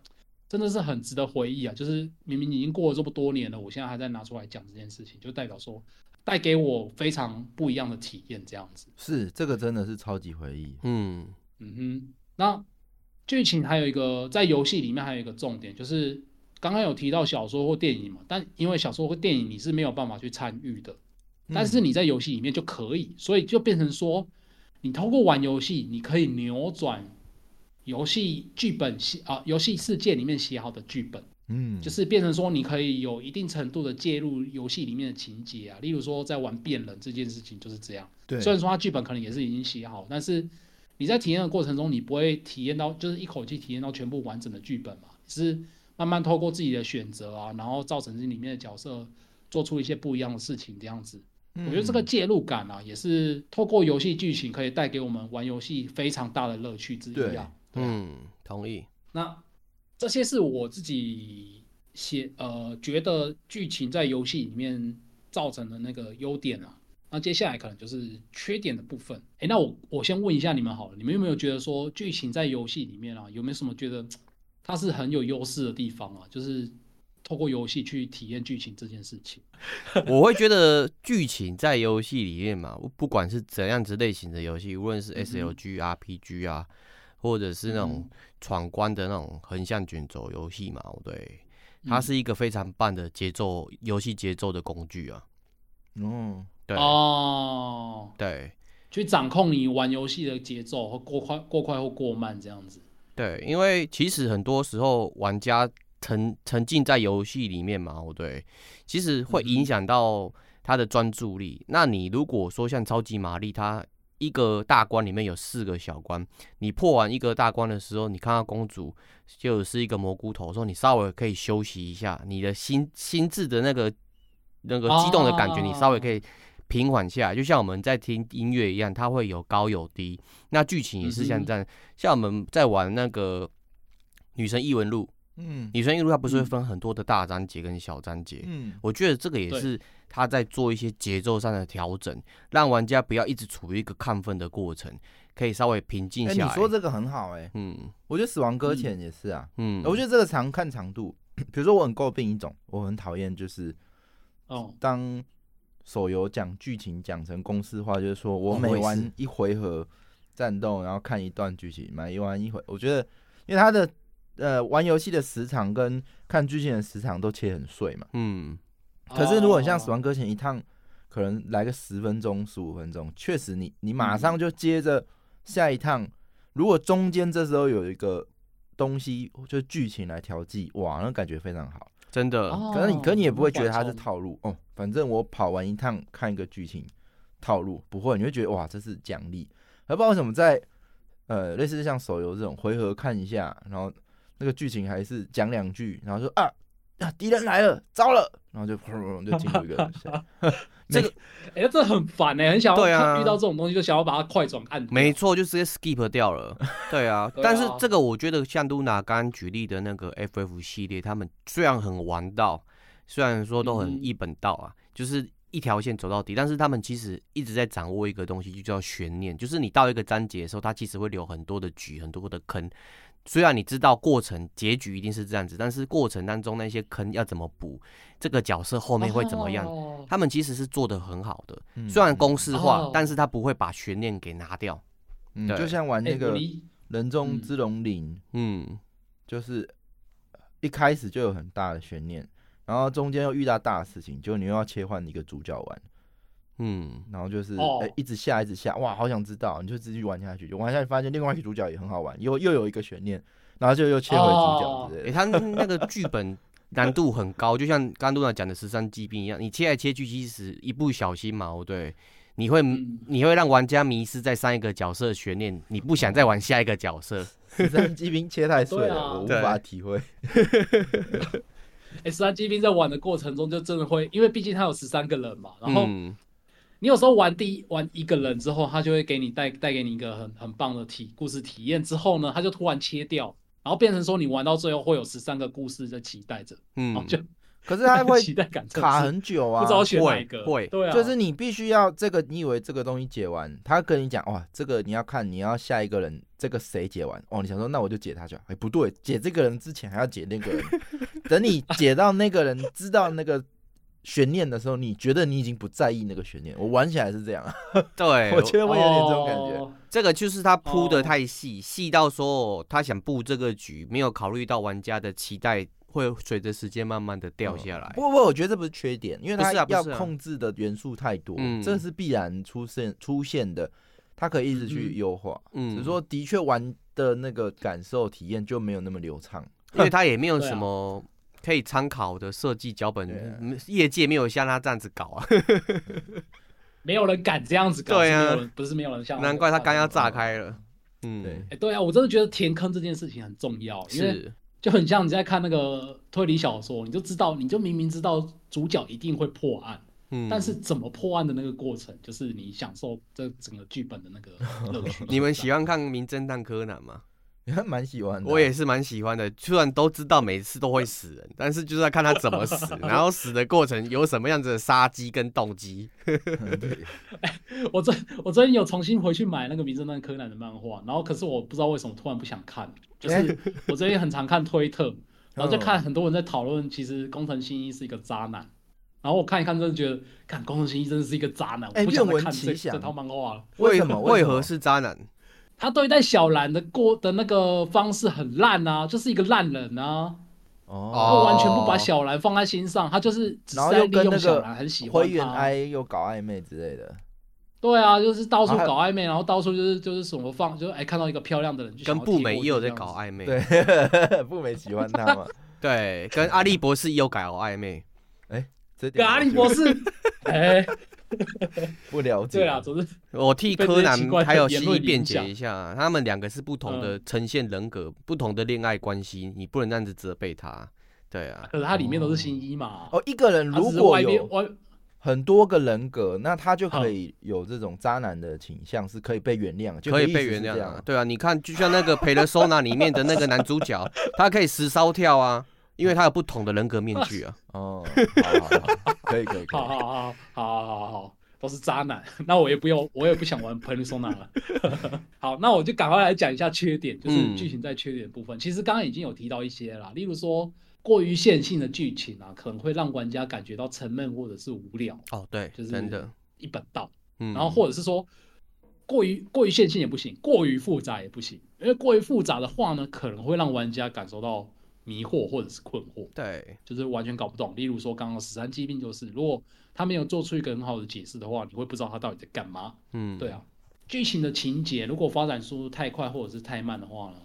S2: 真的是很值得回忆啊！就是明明已经过了这么多年了，我现在还在拿出来讲这件事情，就代表说带给我非常不一样的体验，这样子。
S4: 是这个真的是超级回忆，
S3: 嗯，
S2: 嗯哼，那剧情还有一个在游戏里面还有一个重点，就是刚刚有提到小说或电影嘛，但因为小说或电影你是没有办法去参与的，但是你在游戏里面就可以，所以就变成说，你通过玩游戏，你可以扭转游戏剧本写啊、游戏世界里面写好的剧本。
S4: 嗯，
S2: 就是变成说，你可以有一定程度的介入游戏里面的情节啊，例如说在玩变人这件事情就是这样。
S4: 对，
S2: 虽然说它剧本可能也是已经写好，但是你在体验的过程中，你不会体验到就是一口气体验到全部完整的剧本嘛，是慢慢透过自己的选择啊，然后造成这里面的角色做出一些不一样的事情这样子。我觉得
S4: 嗯
S2: 这个介入感啊，也是透过游戏剧情可以带给我们玩游戏非常大的乐趣之一啊。对啊
S3: 嗯，同意。
S2: 那这些是我自己写呃觉得剧情在游戏里面造成的那个优点啊。那接下来可能就是缺点的部分。诶，那我我先问一下你们好了，你们有没有觉得说剧情在游戏里面啊，有没有什么觉得它是很有优势的地方啊？就是透过游戏去体验剧情这件事情。
S3: 我会觉得剧情在游戏里面嘛，不管是怎样子类型的游戏，无论是
S2: 嗯哼
S3: SLG、RPG 啊，或者是那种
S2: 嗯
S3: 闯关的那种横向卷轴游戏嘛，对，
S2: 嗯
S3: 它是一个非常棒的节奏游戏节奏的工具啊。
S4: 哦，
S3: 对、
S2: 哦，
S3: 对
S2: 去掌控你玩游戏的节奏和过快、过快或过慢这样子。
S3: 对，因为其实很多时候玩家沉沉浸在游戏里面嘛，哦对，其实会
S2: 嗯哼
S3: 影响到他的专注力。那你如果说像超级玛丽，它一个大关里面有四个小关，你破完一个大关的时候，你看到公主就是一个蘑菇头的时候，说你稍微可以休息一下，你的心心智的那个那个激动的感觉，你稍微
S2: 哦
S3: 可以平缓下来。就像我们在听音乐一样，它会有高有低。那剧情也是
S4: 嗯
S3: 像这样，像我们在玩那个女神异闻录，
S4: 嗯
S3: 女神异闻录它不是会
S2: 嗯
S3: 分很多的大章节跟小章节，
S4: 嗯，
S3: 我觉得这个也
S2: 对
S3: 是他在做一些节奏上的调整，让玩家不要一直处于一个亢奋的过程，可以稍微平静
S4: 哎，
S3: 下
S4: 你
S3: 来。
S4: 说这个很好哎，
S3: 嗯
S4: 我觉得《死亡搁浅》也是啊，
S3: 嗯，
S4: 我觉
S3: 得
S4: 得这个常看长度，比如说我很诟病一种，我很讨厌就是
S2: 哦，
S4: 当手游讲剧情讲成公式化，就是说我
S3: 哦
S4: 每
S3: 我也是
S4: 玩一回合战斗，然后看一段剧情，每玩一回，我觉得因为它的呃玩游戏的时长跟看剧情的时长都切很碎嘛。
S3: 嗯
S4: 可是如果你像
S2: 哦
S4: 《死亡搁浅》一趟，可能来个十分钟、十五分钟，确实你你马上就接着下一趟。如果中间这时候有一个东西，就是剧情来调剂，哇，那感觉非常好。
S3: 真的、
S2: 哦
S4: 可能你可你也不会觉得它是
S2: 缓冲
S4: 套路哦。反正我跑完一趟看一个剧情套路，不会，你会觉得哇，这是奖励。而不知道为什么在呃类似像手游这种回合看一下，然后那个剧情还是讲两句，然后说啊啊敌人来了，糟了，然后就砰砰砰就进入一个 下
S3: 这个
S2: 哎、这很烦哎、很想要
S3: 对啊
S2: 看遇到这种东西就想要把它快转按掉。
S3: 没错，就直接 skip 掉 了。对啊，
S2: 对啊
S3: 但是这个我觉得像露娜刚刚举例的那个 FF 系列，他们虽然很玩到，虽然说都
S2: 嗯
S3: 很一本道啊，就是一条线走到底，但是他们其实一直在掌握一个东西，就叫悬念。就是你到一个章节的时候，它其实会留很多的局，很多的坑。虽然你知道过程结局一定是这样子，但是过程当中那些坑要怎么补，这个角色后面会怎么样，
S2: 哦
S3: 他们其实是做的很好的。
S4: 嗯
S3: 虽然公式化，
S2: 哦
S3: 但是他不会把悬念给拿掉。
S4: 嗯
S3: 对
S4: 就像玩那
S2: 哎我
S4: 个
S2: 理
S4: 人中之龙零，
S3: 嗯，
S4: 就是一开始就有很大的悬念，然后中间又遇到大的事情，就你又要切换一个主角玩，
S3: 嗯，
S4: 然后就是哎、
S2: 哦
S4: 一直下一直下，哇，好想知道，你就继续玩下去，就玩下去发现另外一个主角也很好玩，又又有一个悬念，然后就又切回主
S2: 哦
S4: 角之类
S3: 诶、
S4: 的。
S3: 他那个剧本难度很高，就像刚刚露娜讲的十三疾病一样，你切来切去，其实一不小心嘛，哦对，你会、
S2: 嗯
S3: 你会让玩家迷失在上一个角色的悬念，你不想再玩下一个角色。
S4: 十三机兵切太碎
S2: 对
S4: 了，
S2: 啊
S4: 我无
S3: 对
S4: 法体会。
S2: 哎十三 GB 在玩的过程中，就真的会，因为毕竟它有十三个人嘛，然后
S3: 嗯
S2: 你有时候玩第一玩一个人之后，他就会给你带带给你一个很很棒的体故事体验，之后呢，他就突然切掉，然后变成说你玩到最后会有十三个故事在期待着，然后
S3: 嗯，
S2: 就
S4: 可是他会
S2: 期待感真的是
S4: 卡很久啊，
S2: 不知道选哪
S3: 会
S2: 一个，
S3: 会
S2: 对啊，
S4: 就是你必须要这个，你以为这个东西解完，他跟你讲哇，这个你要看你要下一个人，这个谁解完哦，你想说那我就解他就好，哎、不对，解这个人之前还要解那 个人，等你解到那个人知道那个悬念的时候，你觉得你已经不在意那个悬念，我玩起来是这样啊，
S3: 对，
S4: 我觉得
S2: 哦
S4: 会有点这种感觉，
S3: 这个就是他铺的
S2: 哦
S3: 太细，细、到说他想布这个局，没有考虑到玩家的期待会随着时间慢慢的掉下来。
S4: 不过不过我觉得这不是缺点，因为
S3: 不
S4: 它
S3: 是啊不
S4: 要
S3: 是啊
S4: 控制的元素太多，
S3: 嗯
S4: 这是必然出现出现的，它可以一直去
S2: 嗯
S4: 优化。
S3: 嗯
S4: 只是说的确玩的那个感受体验就没有那么流畅。
S3: 因为他也没有
S2: 对啊
S3: 什么可以参考的设计脚本
S4: 对啊，
S3: 嗯业界没有像他这样子搞 啊，
S2: 没有人敢这样子搞，
S3: 对啊
S2: 是没有人不是没有人像我
S3: 难怪他刚要炸
S2: 搞的
S3: 开了。嗯，
S4: 对，
S2: 哎，对啊，我真的觉得填坑这件事情很重要，因为
S3: 是，
S2: 就很像你在看那个推理小说，你就知道，你就明明知道主角一定会破案，
S3: 嗯。
S2: 但是怎么破案的那个过程，就是你享受这整个剧本的那个乐趣
S3: 你们喜欢看《名侦探柯南》吗？
S4: 你还蛮喜
S2: 嗯
S4: 欢的啊、
S3: 我也是蛮喜欢的，虽然都知道每次都会死人， 但是就是要看他怎 么死，然后死的过程有什么样子的杀机跟动机。
S4: 对
S2: 我最我最近有重新回去买那个《名侦探柯南》的漫画，然后可是我不知道为什么突然不想看，
S3: 哎
S2: 就是
S4: 哎
S2: 我最近很常看推特，然
S4: 哦
S2: 后就看很多人在讨论，其实工藤新一是一个渣男。然后我看一看，真的觉得，看工藤新一真的是一个渣男，
S4: 哎
S2: 我不想再
S4: 愿闻
S2: 看
S4: 其
S2: 这
S4: 详
S2: 这套漫画了。
S4: 为什么
S3: 为
S4: 为
S3: 何
S4: 何
S3: 是渣男？
S2: 他对待小兰的过的那个方式很烂啊，就是一个烂人啊，他
S4: 哦，
S2: 完全不把小兰放在心上，他就是只是
S4: 然后
S2: 在
S4: 又
S2: 利
S4: 跟
S2: 用
S4: 那
S2: 小
S4: 个
S2: 兰，很喜
S4: 灰
S2: 欢
S4: 原
S2: 他。
S4: 哀又搞暧昧之类的，
S2: 对啊，就是到处
S4: 然后还
S2: 搞暧昧，然后到处就是就是什么放，就是哎看到一个漂亮的人就想
S3: 跟
S2: 要
S3: 步
S2: 贴
S3: 美
S2: 过
S3: 也
S2: 去
S3: 有在
S2: 这样
S3: 搞
S2: 子
S3: 暧昧，
S4: 对， 不美喜欢他 嘛？
S3: 对，跟阿笠博士也有搞暧昧。
S4: 这点
S2: 跟啊阿
S4: 我
S2: 笠
S4: 就
S2: 博士， 哎，
S4: 不了解。
S2: 对 啊，总之
S3: 我替
S2: 被这
S3: 柯
S2: 些
S3: 南
S2: 奇怪的
S3: 还有
S2: 言
S3: 蜥
S2: 论
S3: 蜴辩
S2: 影
S3: 解
S2: 响嗯
S3: 一下啊，他们两个是不同的呈现人格、不同的恋爱关系，你不能这样子责备他。对啊，
S2: 可是它里面都是新一嘛，
S4: 哦，一个人
S2: 它只
S4: 如
S2: 是
S4: 果
S2: 外面
S4: 有
S2: 外
S4: 很多个人格，那他就可以有这种渣男的倾向，是可以被原谅，就
S3: 可以
S4: 意
S3: 被
S4: 思
S3: 原
S4: 是
S3: 谅
S4: 这样
S3: 啊。。对啊，你看，就像那个《培勒收纳》里面的那个男主 角，他可以十骚跳啊，因为他有不同的人格面具 啊。
S4: 哦，好好好可以可以可
S2: 好
S4: 以。
S2: 好好好好好好，都是渣男。那我也不用，我也不想玩 Persona 了。好，那我就赶快来讲一下缺点，就是
S3: 嗯
S2: 剧情在缺点的部分。其实刚刚已经有提到一些啦，例如说过于线性的剧情啊，可能会让玩家感觉到沉闷或者是无聊，
S3: 哦，对，
S2: 就是
S3: 真的，
S2: 一本道。
S3: 嗯，
S2: 然后或者是说过于过于线性也不行，过于复杂也不行，因为过于复杂的话呢，可能会让玩家感受到迷惑或者是困惑。
S3: 对，
S2: 就是完全搞不懂。例如说，刚刚十三疾病就是，如果他没有做出一个很好的解释的话，你会不知道他到底在干嘛。
S3: 嗯，
S2: 对，啊，剧情的情节如果发展速度太快或者是太慢的话呢，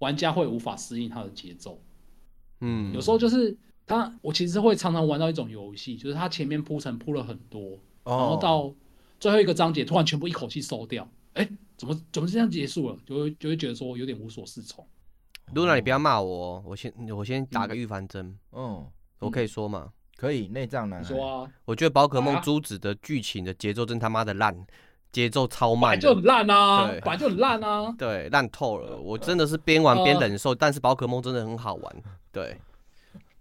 S2: 玩家会无法适应它的节奏。
S3: 嗯，
S2: 有时候就是他，我其实会常常玩到一种游戏，就是他前面铺陈铺了很多，然后
S4: 哦，
S2: 到最后一个章节突然全部一口气收掉，哎、怎么怎么是这样结束了？就会就会觉得说有点无所适从。
S3: 露娜，你
S2: 嗯
S3: 不要骂我哦，我先我先打个预防针，
S4: 嗯，
S3: 我可以说嘛。
S4: 可以内脏男
S3: 哎
S2: 你
S4: 孩。
S2: 说啊，
S3: 我觉得宝可梦
S2: 啊
S3: 朱子的剧情的节奏真他妈的烂，节奏超
S2: 本来
S3: 慢的，
S2: 就很烂啊，
S3: 对
S2: 本来就很烂啊。
S3: 对，
S2: 嗯
S3: 烂透了。我真的是边玩边
S2: 呃
S3: 忍受，但是宝可梦真的很好玩。对，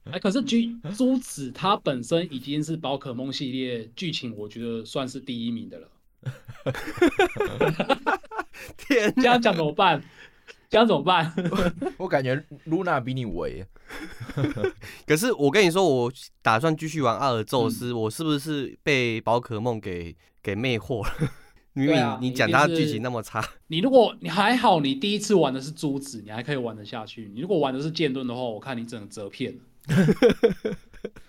S2: 哎，可是橘朱子它本身已经是宝可梦系列剧情，我觉得算是第一名的了。
S3: 天
S2: 这样讲怎么办？这样怎么办？
S4: 我感觉露娜比你伟，
S3: 可是我跟你说，我打算继续玩阿尔宙斯，
S2: 嗯
S3: 我是不是被宝可梦给给魅惑了？ 明
S2: 对
S3: 明、
S2: 啊
S3: 你
S2: 一
S3: 讲
S2: 定
S3: 它
S2: 是
S3: 剧情那么差，
S2: 你如果你还好，你第一次玩的是珠子，你还可以玩得下去。你如果玩的是剑盾的话，我看你整个折片了。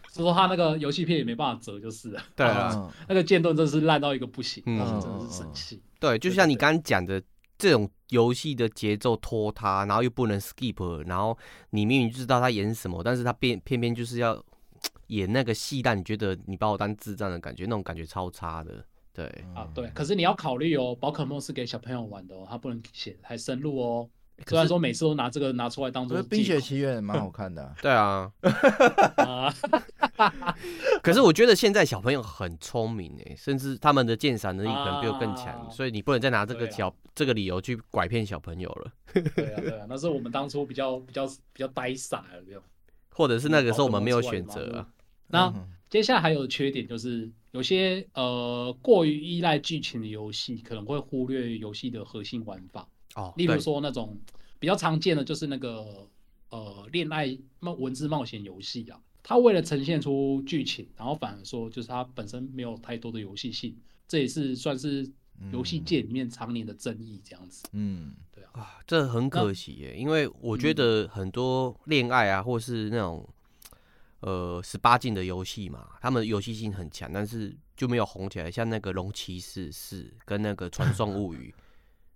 S2: 所以说他那个游戏片也没办法折，就是了。
S3: 对啊，
S4: 嗯
S2: 那个剑盾真是烂到一个不行，
S3: 嗯
S2: 当时真的是生气。
S3: 对，就
S4: 对
S3: 像
S4: 对
S3: 你
S4: 对
S3: 刚刚讲的，这种游戏的节奏拖沓，然后又不能 skip，然后你明明知道他演什么，但是他偏偏偏就是要演那个戏，但你觉得你把我当智障的感觉，那种感觉超差的。对，
S4: 嗯
S2: 啊，对，可是你要考虑哦，宝可梦是给小朋友玩的哦，它不能写太深入哦。
S3: 可
S2: 虽然
S3: 是
S2: 说每次都拿这个拿出来当
S4: 我觉
S2: 做
S4: 得《冰雪奇缘》也蛮好 看的啊、
S3: 对啊，
S2: 啊，
S3: 可是我觉得现在小朋友很聪明诶，甚至他们的鉴赏能力可能比我更强，
S2: 啊
S3: 所以你不能再拿这个
S2: 对啊
S3: 小、这个理由去拐骗小朋友了，
S2: 对啊，对啊，那是我们当初比较比较比较呆傻了，没有？
S3: 或者是那个时候我们没有
S2: 宝可
S3: 选
S2: 梦之外
S3: 择、
S2: 的
S3: 啊
S2: 嘛。那
S4: 嗯
S2: 接下来还有缺点就是，有些呃过于依赖剧情的游戏可能会忽略游戏的核心玩法，
S3: 哦，
S2: 例如
S3: 对
S2: 说那种比较常见的就是那个呃恋爱冒文字冒险游戏啊，它为了呈现出剧情，然后反而说就是它本身没有太多的游戏性，这也是算是游
S3: 嗯
S2: 戏界里面常年的争议这样子。
S4: 嗯，
S3: 啊，这很可惜耶，因为我觉
S2: 嗯
S3: 得很多恋爱啊，或是那种呃十八禁的游戏嘛，他们游戏性很强，但是就没有红起来。像那个《龙骑士四》跟那个《传送物语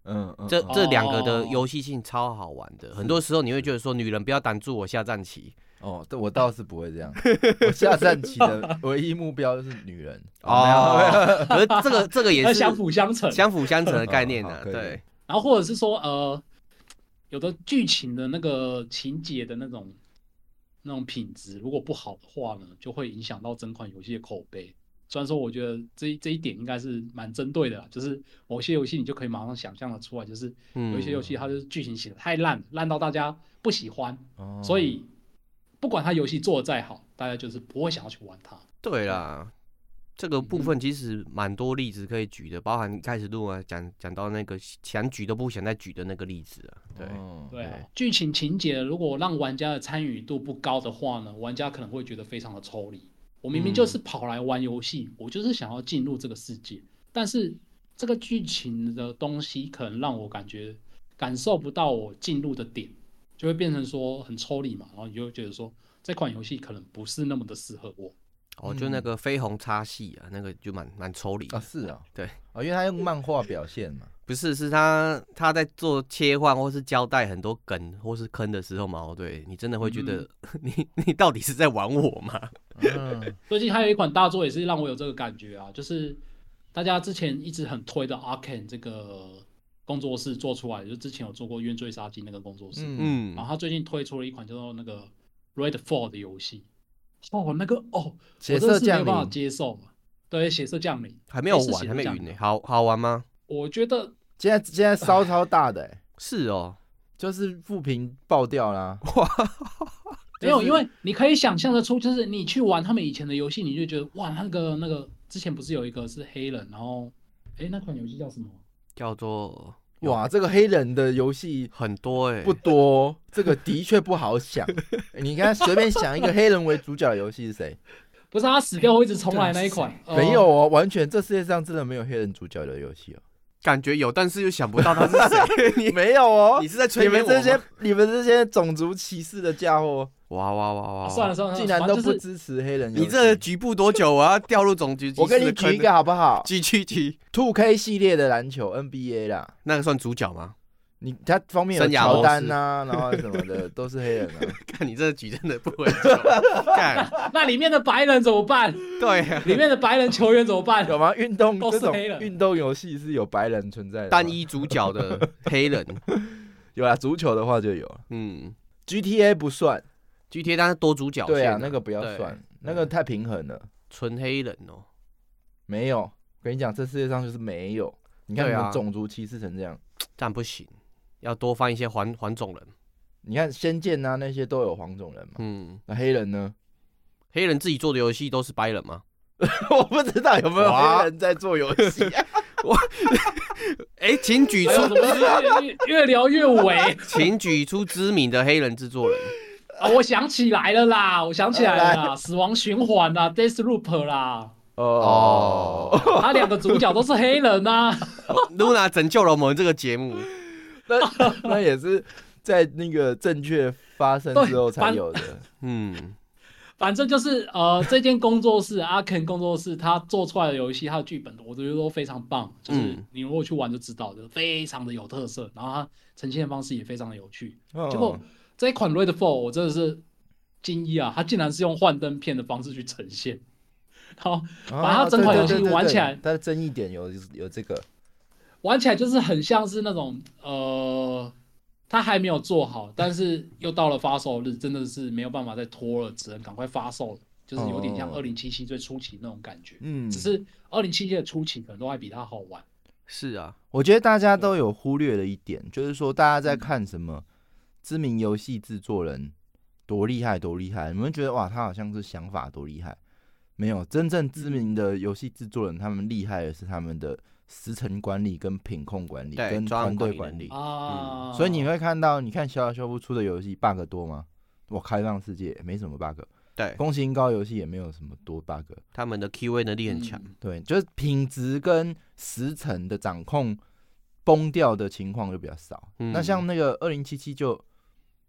S4: 嗯》，嗯，
S3: 这
S4: 嗯
S3: 这两个的
S2: 哦
S3: 游戏性超好玩的。很多时候你会觉得说，女人不要挡住我下战棋
S4: 哦，对我倒是不会这样。我下战棋的唯一目标就是女人。
S3: 哦，而这个这个也
S2: 它
S3: 是
S2: 相辅相成，啊
S3: 相辅相成的概念呢、
S4: 哦
S3: 啊。
S4: 好可以
S3: 对，
S2: 然后或者是说呃，有的剧情的那个情节的那种那种品质，如果不好的话呢，就会影响到整款游戏的口碑。虽然说我觉得这一这一点应该是蛮针对的啦，就是某些游戏你就可以马上想象的出来，就是
S3: 嗯
S2: 有一些游戏啊它就是剧情写的太烂，烂到大家不喜欢，
S4: 哦
S2: 所以不管它游戏做的再好，大家就是不会想要去玩它。
S3: 对啦，这个部分其实蛮多例子可以举的，包含一开始录完讲讲到那个想举都不想再举的那个例子啊。对，
S4: 哦
S2: 对啊，剧情情节如果让玩家的参与度不高的话呢，玩家可能会觉得非常的抽离。我明明就是跑来玩游戏，我就是想要进入这个世界，但是这个剧情的东西可能让我感觉感受不到我进入的点，就会变成说很抽离嘛，然后你就会觉得说这款游戏可能不是那么的适合我。
S3: 哦，就那
S4: 嗯
S3: 个绯红叉戏啊，那个就蛮蛮抽离的
S4: 啊，。是啊，
S3: 对，
S4: 哦，因为他用漫画表现嘛。
S3: 不是，是他他在做切换或是交代很多梗或是坑的时候嘛，哦对你真的会觉得、 你你到底是在玩我吗？
S4: 嗯，
S2: 最近还有一款大作也是让我有这个感觉啊，就是大家之前一直很推的 Arcane 这个工作室做出来，就之前有做过《冤罪杀机》那个工作室，
S4: 嗯
S3: 嗯
S2: 然，后他最近推出了一款叫做那个 Redfall 的游戏，哦，那个哦，
S4: 血
S2: 我真的
S4: 色
S2: 是没
S4: 降
S2: 有办法
S4: 临，
S2: 接受嘛，对，血色降临，
S3: 还没有
S2: 类似
S3: 玩，
S2: 写
S3: 还没
S2: 这样
S3: 云呢，
S2: 的
S3: 好好玩吗？
S2: 我觉得
S4: 现在现在烧超大的、欸，
S3: 是哦，
S4: 就是负评爆掉啦。
S2: 没有，因为你可以想象得出，就是你去玩他们以前的游戏，你就觉得哇，那个那个之前不是有一个是黑人，然后哎那款游戏叫什么？
S3: 叫做
S4: 哇，这个黑人的游戏
S3: 很多哎、
S4: 不多，这个的确不 好想。你看随便想一个黑人为主角的游戏是谁？
S2: 不是他死掉会一直重来那一款，呃
S4: 没有哦，完全这世界上真的没有黑人主角的游 戏哦，
S3: 感觉有，但是又想不到他是谁。
S4: 没有哦
S3: 你。是在
S4: 你
S3: 催眠
S4: 们
S3: 我吗
S4: 这些你们这些种族歧视的家伙，
S3: 哇哇哇哇！
S2: 啊算了
S3: 哇，
S2: 算了，
S4: 竟然
S2: 反
S4: 都
S2: 正
S4: 不
S2: 就是
S4: 支持黑人游戏。
S3: 你这局部多久啊？掉入总局？
S4: 我跟你举一个，好不好
S3: 举举举，
S4: ？Two K 系列的篮球 NBA 啦，
S3: 那个算主角吗？
S4: 你它方面有
S3: 生涯模式
S4: 乔 丹呐、然后什么的都是黑人啊。
S3: 看你这局真的不会久， 干
S2: 那里面的白人怎么 办？
S3: 对啊，
S2: 里面的白人球员怎么办？
S4: 有吗？运动
S2: 都
S4: 这
S2: 是
S4: 种
S2: 黑人
S4: 运动游戏是有白人存在的吗，
S3: 单一主角的黑人，
S4: 有啦，足球的话就有了
S3: 嗯
S4: ，GTA 不算，
S3: ，GTA 它是多主角
S4: 对
S3: 线
S4: 啊，那个不要
S3: 对
S4: 算，那个太平衡了，
S3: 纯黑人哦，
S4: 没有。我跟你讲，这世界上就是没有。你看
S3: 对
S4: 你
S3: 啊
S4: 们种族歧视成这样，
S3: 但不行，要多翻一些黄黄种人，
S4: 你看《仙剑》啊，那些都有黄种人嘛，
S3: 嗯，
S4: 那黑人呢？
S3: 黑人自己做的游戏都是白人吗？
S4: 我不知道有没有
S3: 哇
S4: 黑人在做游戏，啊
S3: 哎、请举
S2: 哎呦
S3: 出
S2: 怎么越越越聊越 尾
S3: 请举出知名的黑人制 作人。
S2: 啊！我想起来了啦，我想起来了啦，死亡循环啦，Death Loop 啦，
S4: 哦，
S2: 他两个主角都是黑人啊呐、
S3: Luna 拯救了我们这个节目，
S4: 那那 也是在那个正确发生之后才有的。
S3: 嗯，
S2: 反正就是呃，这间工作室阿 Ken 工作室，他做出来的游戏，他的剧本，我觉得都非常棒。就是
S3: 嗯
S2: 你如果去玩就知道的，非常的有特色，然后它呈现的方式也非常的有趣。
S4: 哦
S2: 结果这一款《Red Fall》，我真的是惊异啊！它竟然是用幻灯片的方式去呈现， 然后把
S4: 哦
S2: 它整款游戏玩起来
S4: 它的争议点有有这个，
S2: 玩起来就是很像是那种呃，它还没有做好，但是又到了发售日，真的是没有办法再拖了，只能赶快发售了，就是有点像
S4: 哦
S2: 二零七七最初期那种感觉。
S4: 嗯，
S2: 只是二零七七的初期可能都还比它好玩。
S3: 是啊，
S4: 我觉得大家都有忽略了一点，就是说大家
S3: 嗯
S4: 在看什么知名游戏制作人多厉害多厉害，你们觉得哇，他好像是想法多厉害？没有，真正知名的游戏制作人，他们厉害的是他们的时程管理、跟品控管理、
S3: 对
S4: 跟
S3: 专
S4: 团
S3: 案管
S4: 队
S3: 理
S4: 管理。嗯
S2: 啊、
S4: 所以你会看到，你看小小修复出的游戏 bug 多吗？我开放世界没什么 bug，
S3: 对，
S4: 宫崎英高游戏也没有什么多 bug。
S3: 他们的 QA 能力很强。
S2: 嗯
S4: 对，就是品质跟时程的掌控崩掉的情况就比较少。
S3: 嗯
S4: 那像那个二零七七就，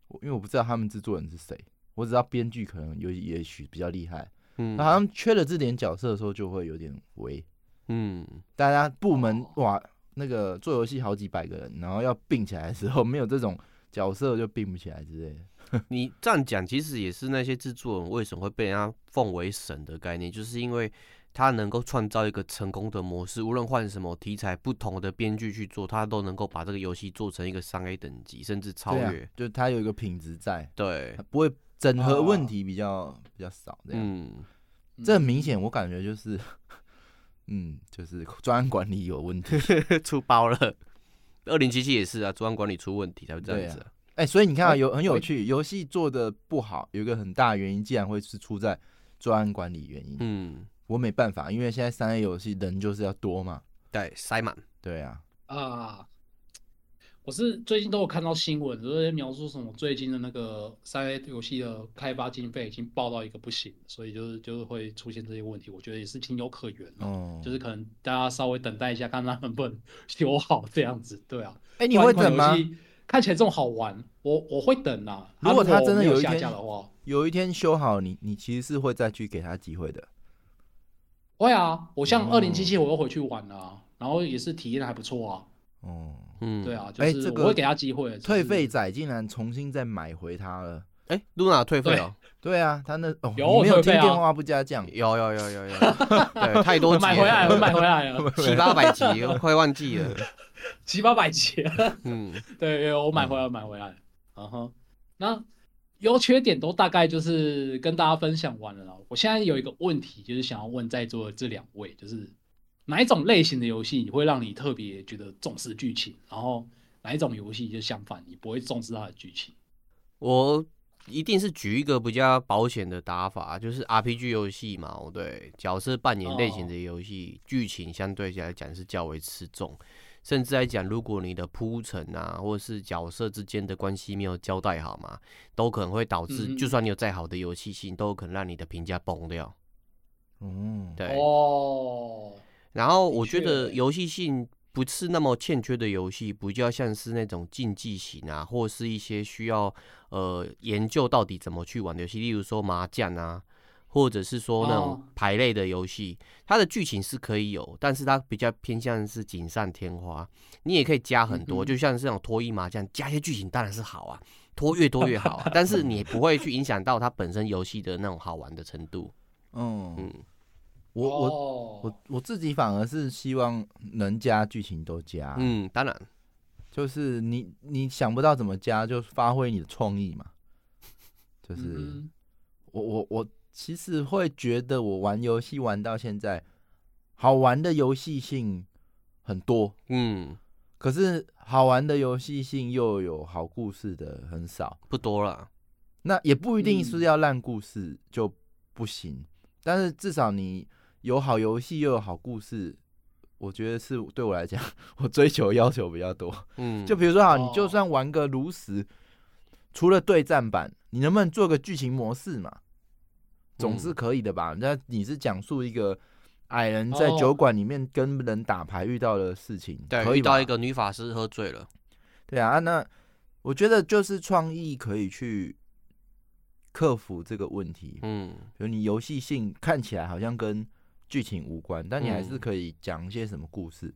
S4: 我因为我不知道他们制作人是谁，我只知道编剧可能有也许比较厉害。
S3: 嗯
S4: 那好像缺了这点角色的时候，就会有点微。
S3: 嗯，
S4: 大家部门
S2: 哦
S4: 哇，那个做游戏好几百个人，然后要并起来的时候，没有这种角色就并不起来之类的。
S3: 你这样讲，其实也是那些制作人为什么会被人家奉为神的概念，就是因为他能够创造一个成功的模式，无论换什么题材、不同的编剧去做，他都能够把这个游戏做成一个三 A 等级，甚至超
S4: 对啊
S3: 越。
S4: 就它有一个品质在，
S3: 对，哦
S4: 不会整合问题比较、比较少这样。
S3: 嗯，
S4: 这很明显，我感觉就是， 嗯，就是专案管理有 问题。
S3: 出包了。二零七七也是啊，中央管理出问题才会这样子、啊。
S4: 哎、所以你看、啊，
S2: 我
S4: 有很有趣，游戏做的不好，有一个很大原因，竟然会是出在专案管理原因。
S3: 嗯，
S4: 我没办法，因为现在三 A 游戏人就是要多嘛。
S3: 对，塞满。
S4: 对啊，
S2: 啊，我是最近都有看到新闻，就是在描述什么最近的那个三 A 游戏的开发经费已经爆到一个不行，所以就是就是会出现这些问题，我觉得也是情有可原啊
S4: 哦，
S2: 就是可能大家稍微等待一下，看他能不能修好这样子，对啊。
S4: 哎、你会
S2: 不然
S4: 等
S2: 一
S4: 吗
S2: 款游？戏看起来这么好玩，我我会等啊。
S4: 如果
S2: 它
S4: 它真的
S2: 没有
S4: 有一
S2: 下
S4: 天
S2: 架的话，
S4: 有一天修好，你你其实是会再去给他机会的。
S2: 会啊。我像
S4: 哦
S2: 二零七七，我又回去玩了啊，然后也是体验还不错啊。
S4: 哦，
S3: 嗯，
S2: 对。啊，就
S4: 哎
S2: 是
S4: 这
S2: 我
S4: 个
S2: 会给他机会。只
S4: 退
S2: 是
S4: 费仔竟然重新再买回他了。
S3: 哎、露娜退费了，
S4: 对啊，他那哦，
S2: 有
S4: 你没有
S2: 退
S4: 听
S2: 费啊
S4: 电话不加酱，
S3: 有有有有有， 对，太多
S2: 我
S3: 集
S2: 买回来了，我买
S3: 了，
S2: 回来 了。
S3: 七八百集，快忘记了。
S2: 七八百集，
S3: 嗯，
S2: 对，我买回来，我买回来，嗯哼，那优缺点都大概就是跟大家分享完了啦。我现在有一个问题，就是想要问在座的这两位，就是哪一种类型的游戏你会让你特别觉得重视剧情，然后哪一种游戏就相反，你不会重视它的剧情？
S3: 我一定是举一个比较保险的打法，就是 RPG 游戏嘛，哦对，角色扮演类型的游戏，剧、情相对来讲是较为吃重，甚至来讲，如果你的铺陈啊，或是角色之间的关系没有交代好嘛，都可能会导致，
S2: 嗯嗯
S3: 就算你有再好的游戏性，都有可能让你的评价崩掉。
S4: 嗯，
S3: 对，
S2: 哦，
S3: 然后
S2: 的
S3: 我觉
S2: 确
S3: 得游戏性不是那么欠缺的游戏，比较像是那种竞技型啊，或是一些需要呃研究到底怎么去玩的游戏，例如说麻将啊，或者是说那种
S2: 哦
S3: 牌类的游戏，它的剧情是可以有，但是它比较偏向是锦上添花，你也可以加很多，
S2: 嗯哼
S3: 就像是那种脱衣麻将，加一些剧情当然是好啊。拖越多越好 啊，但是你不会去影响到它本身游戏的那种好玩的程度。
S4: 嗯
S3: 嗯，
S4: 我我
S2: 我
S4: 我我自己反而是希望能加剧情都加，
S3: 嗯，当然，
S4: 就是你你想不到怎么加，就发挥你的创意嘛。就是、
S2: 嗯
S4: 我我我其实会觉得我玩游戏玩到现在，好玩的游戏性很多，
S3: 嗯，
S4: 可是好玩的游戏性又有好故事的很少，
S3: 不多啦。
S4: 那也不一定是
S2: 嗯
S4: 要烂故事就不行，但是至少你有好游戏又有好故事，我觉得是对我来讲，我追求要求比较多。
S3: 嗯，
S4: 就比如说好，
S2: 哦
S4: 你就算玩个炉石，除了对战版，你能不能做个剧情模式嘛？总
S3: 嗯
S4: 是可以的吧？那你是讲述一个矮人在
S2: 哦
S4: 酒馆里面跟人打牌遇到的事情，可
S3: 对，
S4: 以
S3: 遇到
S4: 吧
S3: 一个女法师喝醉了，
S4: 对啊，啊那我觉得就是创意可以去克服这个问题。
S3: 嗯，
S4: 比如你游戏性看起来好像跟剧情无关，但你还是
S3: 嗯
S4: 可以讲一些什么故事，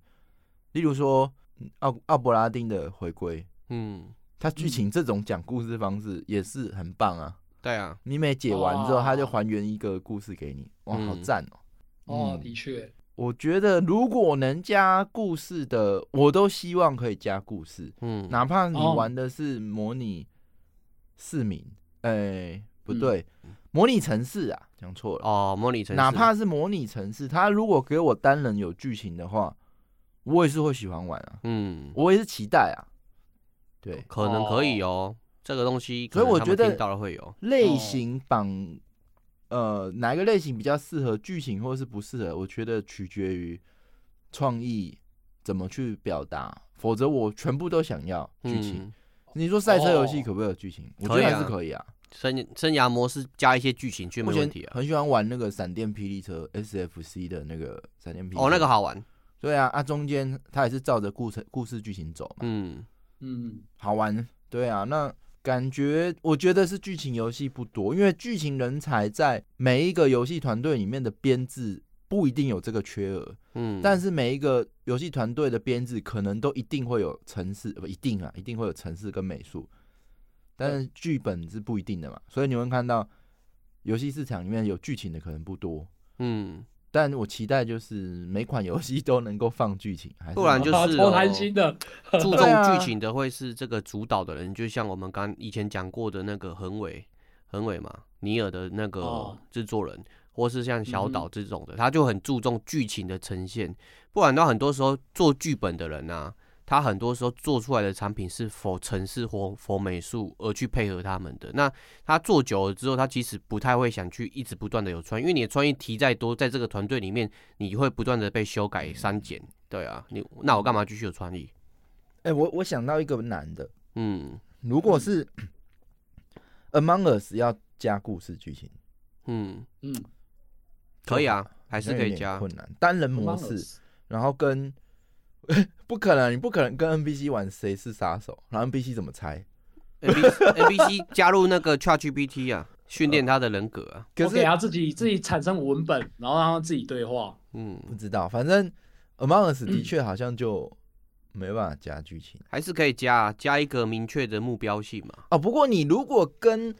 S4: 例如说嗯奥奥伯拉丁的回归，
S3: 嗯，
S4: 他剧情这种讲故事方式也是很棒啊！
S3: 对啊，
S4: 你每解完之后，
S2: 哦
S4: 他就还原一个故事给你，哇，
S3: 嗯
S4: 好赞哦！
S2: 哦，
S4: 嗯
S2: 的确，
S4: 我觉得如果能加故事的，我都希望可以加故事，
S3: 嗯，
S4: 哪怕你
S2: 哦
S4: 玩的是模拟市民，
S3: 哦
S4: 哎、不对，模拟城市啊，讲错
S3: 嗯
S4: 了。
S3: 哦，模拟城市，
S4: 哪怕是模拟城市，他如果给我单人有剧情的话，我也是会喜欢玩啊，
S3: 嗯，
S4: 我也是期待啊。对，
S3: 可能可以哦，这个东西，
S4: 所以我觉得
S3: 听到了会有，
S4: 类型绑，呃，哪一个类型比较适合剧情，或是不适合，我觉得取决于创意怎么去表达，否则我全部都想要剧情。
S3: 嗯，
S4: 你说赛车游戏
S2: 哦
S4: 可不可以有剧情？我觉
S3: 可以
S4: 得
S3: 啊
S4: 还是可以啊。
S3: 生生涯模式加一些剧情去没
S4: 目
S3: 问
S4: 前
S3: 题啊，
S4: 很喜欢玩那个闪电霹雳车 SFC 的那个闪电霹雳车
S3: 哦，那个好玩，
S4: 对啊，啊中间它也是照着故事故事剧情走嘛，
S3: 嗯，
S2: 嗯，
S4: 好玩。对啊，那感觉我觉得是剧情游戏不多，因为剧情人才在每一个游戏团队里面的编制不一定有这个缺额，
S3: 嗯，
S4: 但是每一个游戏团队的编制可能都一定会有城市，不一定啊，一定会有城市跟美术，但是剧本是不一定的嘛，所以你会看到游戏市场里面有剧情的可能不多。
S3: 嗯，
S4: 但我期待就是每款游戏都能够放剧情，还是
S3: 不然就是
S2: 超
S3: 哦
S2: 贪心的，
S3: 注
S4: 对
S3: 重
S4: 啊
S3: 剧情的会是这个主导的人，就像我们刚以前讲过的那个恒伟，恒伟嘛，尼尔的那个
S2: 哦
S3: 制作人，或是像小
S2: 嗯
S3: 岛这种的，他就很注重剧情的呈现。不然的话，很多时候做剧本的人啊，他很多时候做出来的产品是否城市或否美术而去配合他们的。那他做久了之后，他其实不太会想去一直不断的有穿，因为你的穿衣提再多，在这个团队里面，你会不断的被修改删减。对啊，你那我干嘛继续有穿衣？
S4: 哎、我我想到一个难的，
S3: 嗯
S4: 如果是 Among Us 要加故事剧情，
S3: 嗯，
S2: 嗯，
S3: 可以
S4: 就
S3: 啊
S4: 好，
S3: 还是
S4: 那
S3: 可
S4: 有
S3: 以
S4: 点
S3: 加。
S4: 困难，单人模式，然后跟 不可能，你不可能跟 NPC 玩谁是杀手，然后 NPC 怎么猜？
S3: A B C A B C 加入那个 ChatGPT 啊，训练他的人格啊。
S4: 可
S2: 我给
S4: 是
S2: 他自己自己产生文本，然后让他自己对话。
S3: 嗯，
S4: 不知道，反正 Among Us 的确好像就没办法加剧情、
S3: 还是可以加啊，加一个明确的目标性嘛。
S4: 哦。不过你如果跟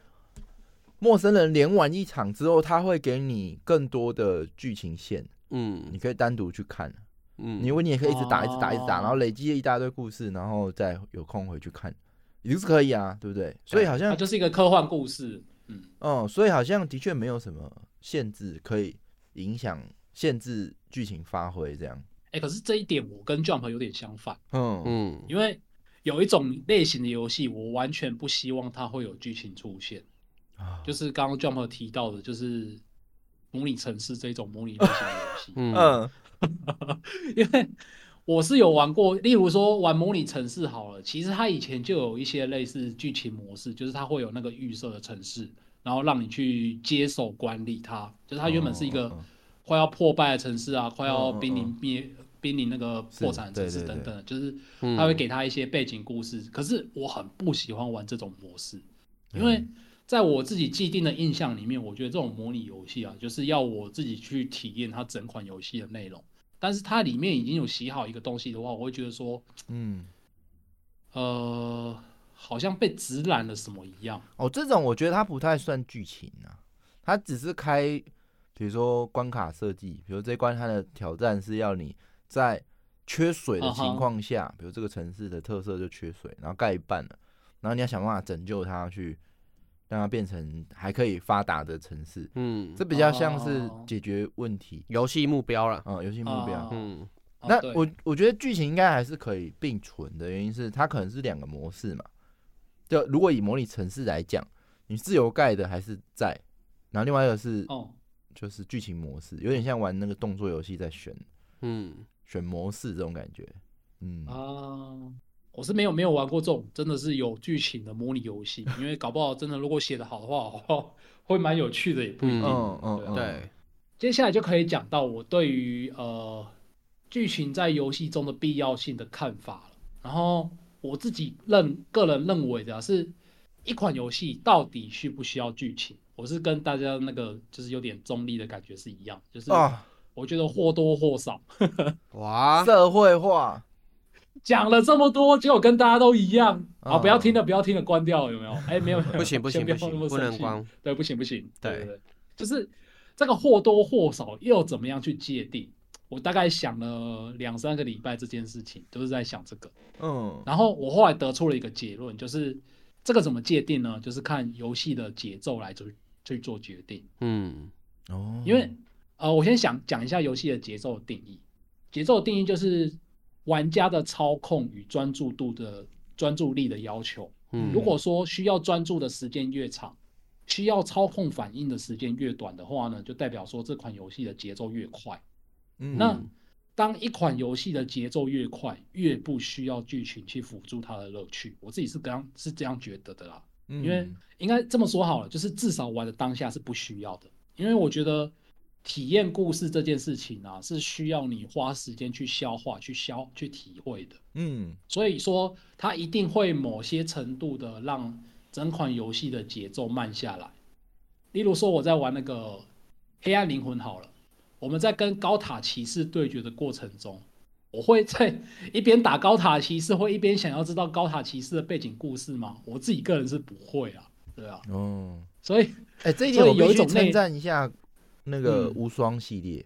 S4: 陌生人连玩一场之后，他会给你更多的剧情线，你
S3: 嗯
S4: 可以单独去看。
S3: 嗯，
S4: 你你也可以一直打，一直打，一直打，
S2: 哦
S4: 然后累积一大堆故事，然后再有空回去看，也是可以啊，对不对？所以好
S2: 它
S4: 像，
S2: 就是一个科幻故事，
S4: 嗯，所以好像的确没有什么限制可以影响限制剧情发挥这样。
S2: 哎，可是这一点我跟 Jump 有点相反，
S4: 嗯
S3: 嗯
S2: 因为有一种类型的游戏，我完全不希望它会有剧情出现，
S4: 啊
S2: 就是刚刚 Jump 提到的，就是模拟城市这种模拟类型的游戏。
S3: 嗯
S4: 嗯
S2: 因为我是有玩过，例如说玩模拟城市好了，其实它以前就有一些类似剧情模式，就是它会有那个预设的城市，然后让你去接手管理它，就是它原本是一
S4: 嗯嗯
S2: 个
S4: 嗯
S2: 快要破败的城市啊，快要
S4: 嗯嗯
S2: 濒临
S4: 嗯
S2: 灭。濒临那个破产的城市
S4: 是对
S2: 等
S4: 对
S2: 等的，就是
S3: 嗯
S2: 它会给它一些背景故事。可是我很不喜欢玩这种模式，
S4: 嗯
S2: 因为在我自己既定的印象里面，我觉得这种模拟游戏啊，就是要我自己去体验它整款游戏的内容。但是它里面已经有写好一个东西的话，我会觉得说，
S4: 嗯，
S2: 呃，好像被指染了什么一样。
S4: 哦，这种我觉得它不太算剧情啊，它只是开，比如说关卡设计，比如这一关它的挑战是要你在缺水的
S2: 嗯
S4: 情
S2: 哼
S4: 况下比如这个城市的特色就缺水，然后盖一半了，然后你要想办法拯救它，去让它变成还可以发达的城市，
S3: 嗯
S4: 这比较像是
S2: 哦
S4: 解决问题，
S3: 游戏目标啦。
S4: 嗯，游戏目标。
S2: 哦
S3: 嗯
S2: 哦
S4: 那
S2: 对
S4: 我我觉得剧情应该还是可以并存的，原因是它可能是两个模式嘛。就如果以模拟城市来讲，你自由盖的还是在，然后另外一个是
S2: 哦，
S4: 就是剧情模式，有点像玩那个动作游戏在选
S3: 嗯，
S4: 选模式这种感觉。嗯，
S2: 啊，我是没有没有玩过这种真的是有剧情的模拟游戏，因为搞不好真的如果写得好的话，好不好会蛮有趣的，也不一定。
S4: 嗯嗯
S2: 对啊
S4: 嗯，
S3: 对，
S2: 接下来就可以讲到我对于呃剧情在游戏中的必要性的看法了。然后我自己认个人认为的、啊、是，一款游戏到底需不需要剧情，我是跟大家那个就是有点中立的感觉是一样，就是
S4: 啊，
S2: 我觉得或多或少。
S3: 哇，
S4: 社会化，
S2: 讲了这么多，结果跟大家都一样啊、
S4: 嗯
S2: 不要听了，不要听了，关掉了，有没有？哎，没有，没有
S3: 不行不
S2: 先
S3: 行
S2: 不
S3: 不
S2: 要那么
S3: 行，不
S2: 生
S3: 能
S2: 气
S3: 光，
S2: 对，不行不行，
S3: 对
S2: 对对，就是这个或多或少又怎么样去界定？我大概想了两三个礼拜这件事情，都、是在想这个。
S4: 嗯
S2: 然后我后来得出了一个结论，就是这个怎么界定呢？就是看游戏的节奏来做去做决定。
S3: 嗯
S4: 哦，
S2: 因为呃，我先想讲一下游戏的节奏定义。节奏定义就是玩家的操控与专注度的专注力的要求。
S3: 嗯，
S2: 如果说需要专注的时间越长，需要操控反应的时间越短的话呢，就代表说这款游戏的节奏越快。
S4: 嗯
S2: 那当一款游戏的节奏越快，越不需要剧情去辅助它的乐趣。我自己是刚是这样觉得的啦。
S4: 因
S2: 因为应该这么说好了，就是至少玩的当下是不需要的，因为我觉得体验故事这件事情啊，是需要你花时间去消化、去消、去体会的。
S4: 嗯
S2: 所以说，它一定会某些程度的让整款游戏的节奏慢下来。例如说，我在玩那个《黑暗灵魂》好了，我们在跟高塔骑士对决的过程中，我会在一边打高塔骑士，会一边想要知道高塔骑士的背景故事吗？我自己个人是不会啊，对啊，
S4: 哦，
S2: 所以，
S4: 哎，这一
S2: 所
S4: 点
S2: 以
S4: 我
S2: 有
S4: 必
S2: 一
S4: 须
S2: 种内
S4: 称赞一下那个
S2: 嗯
S4: 无双系列，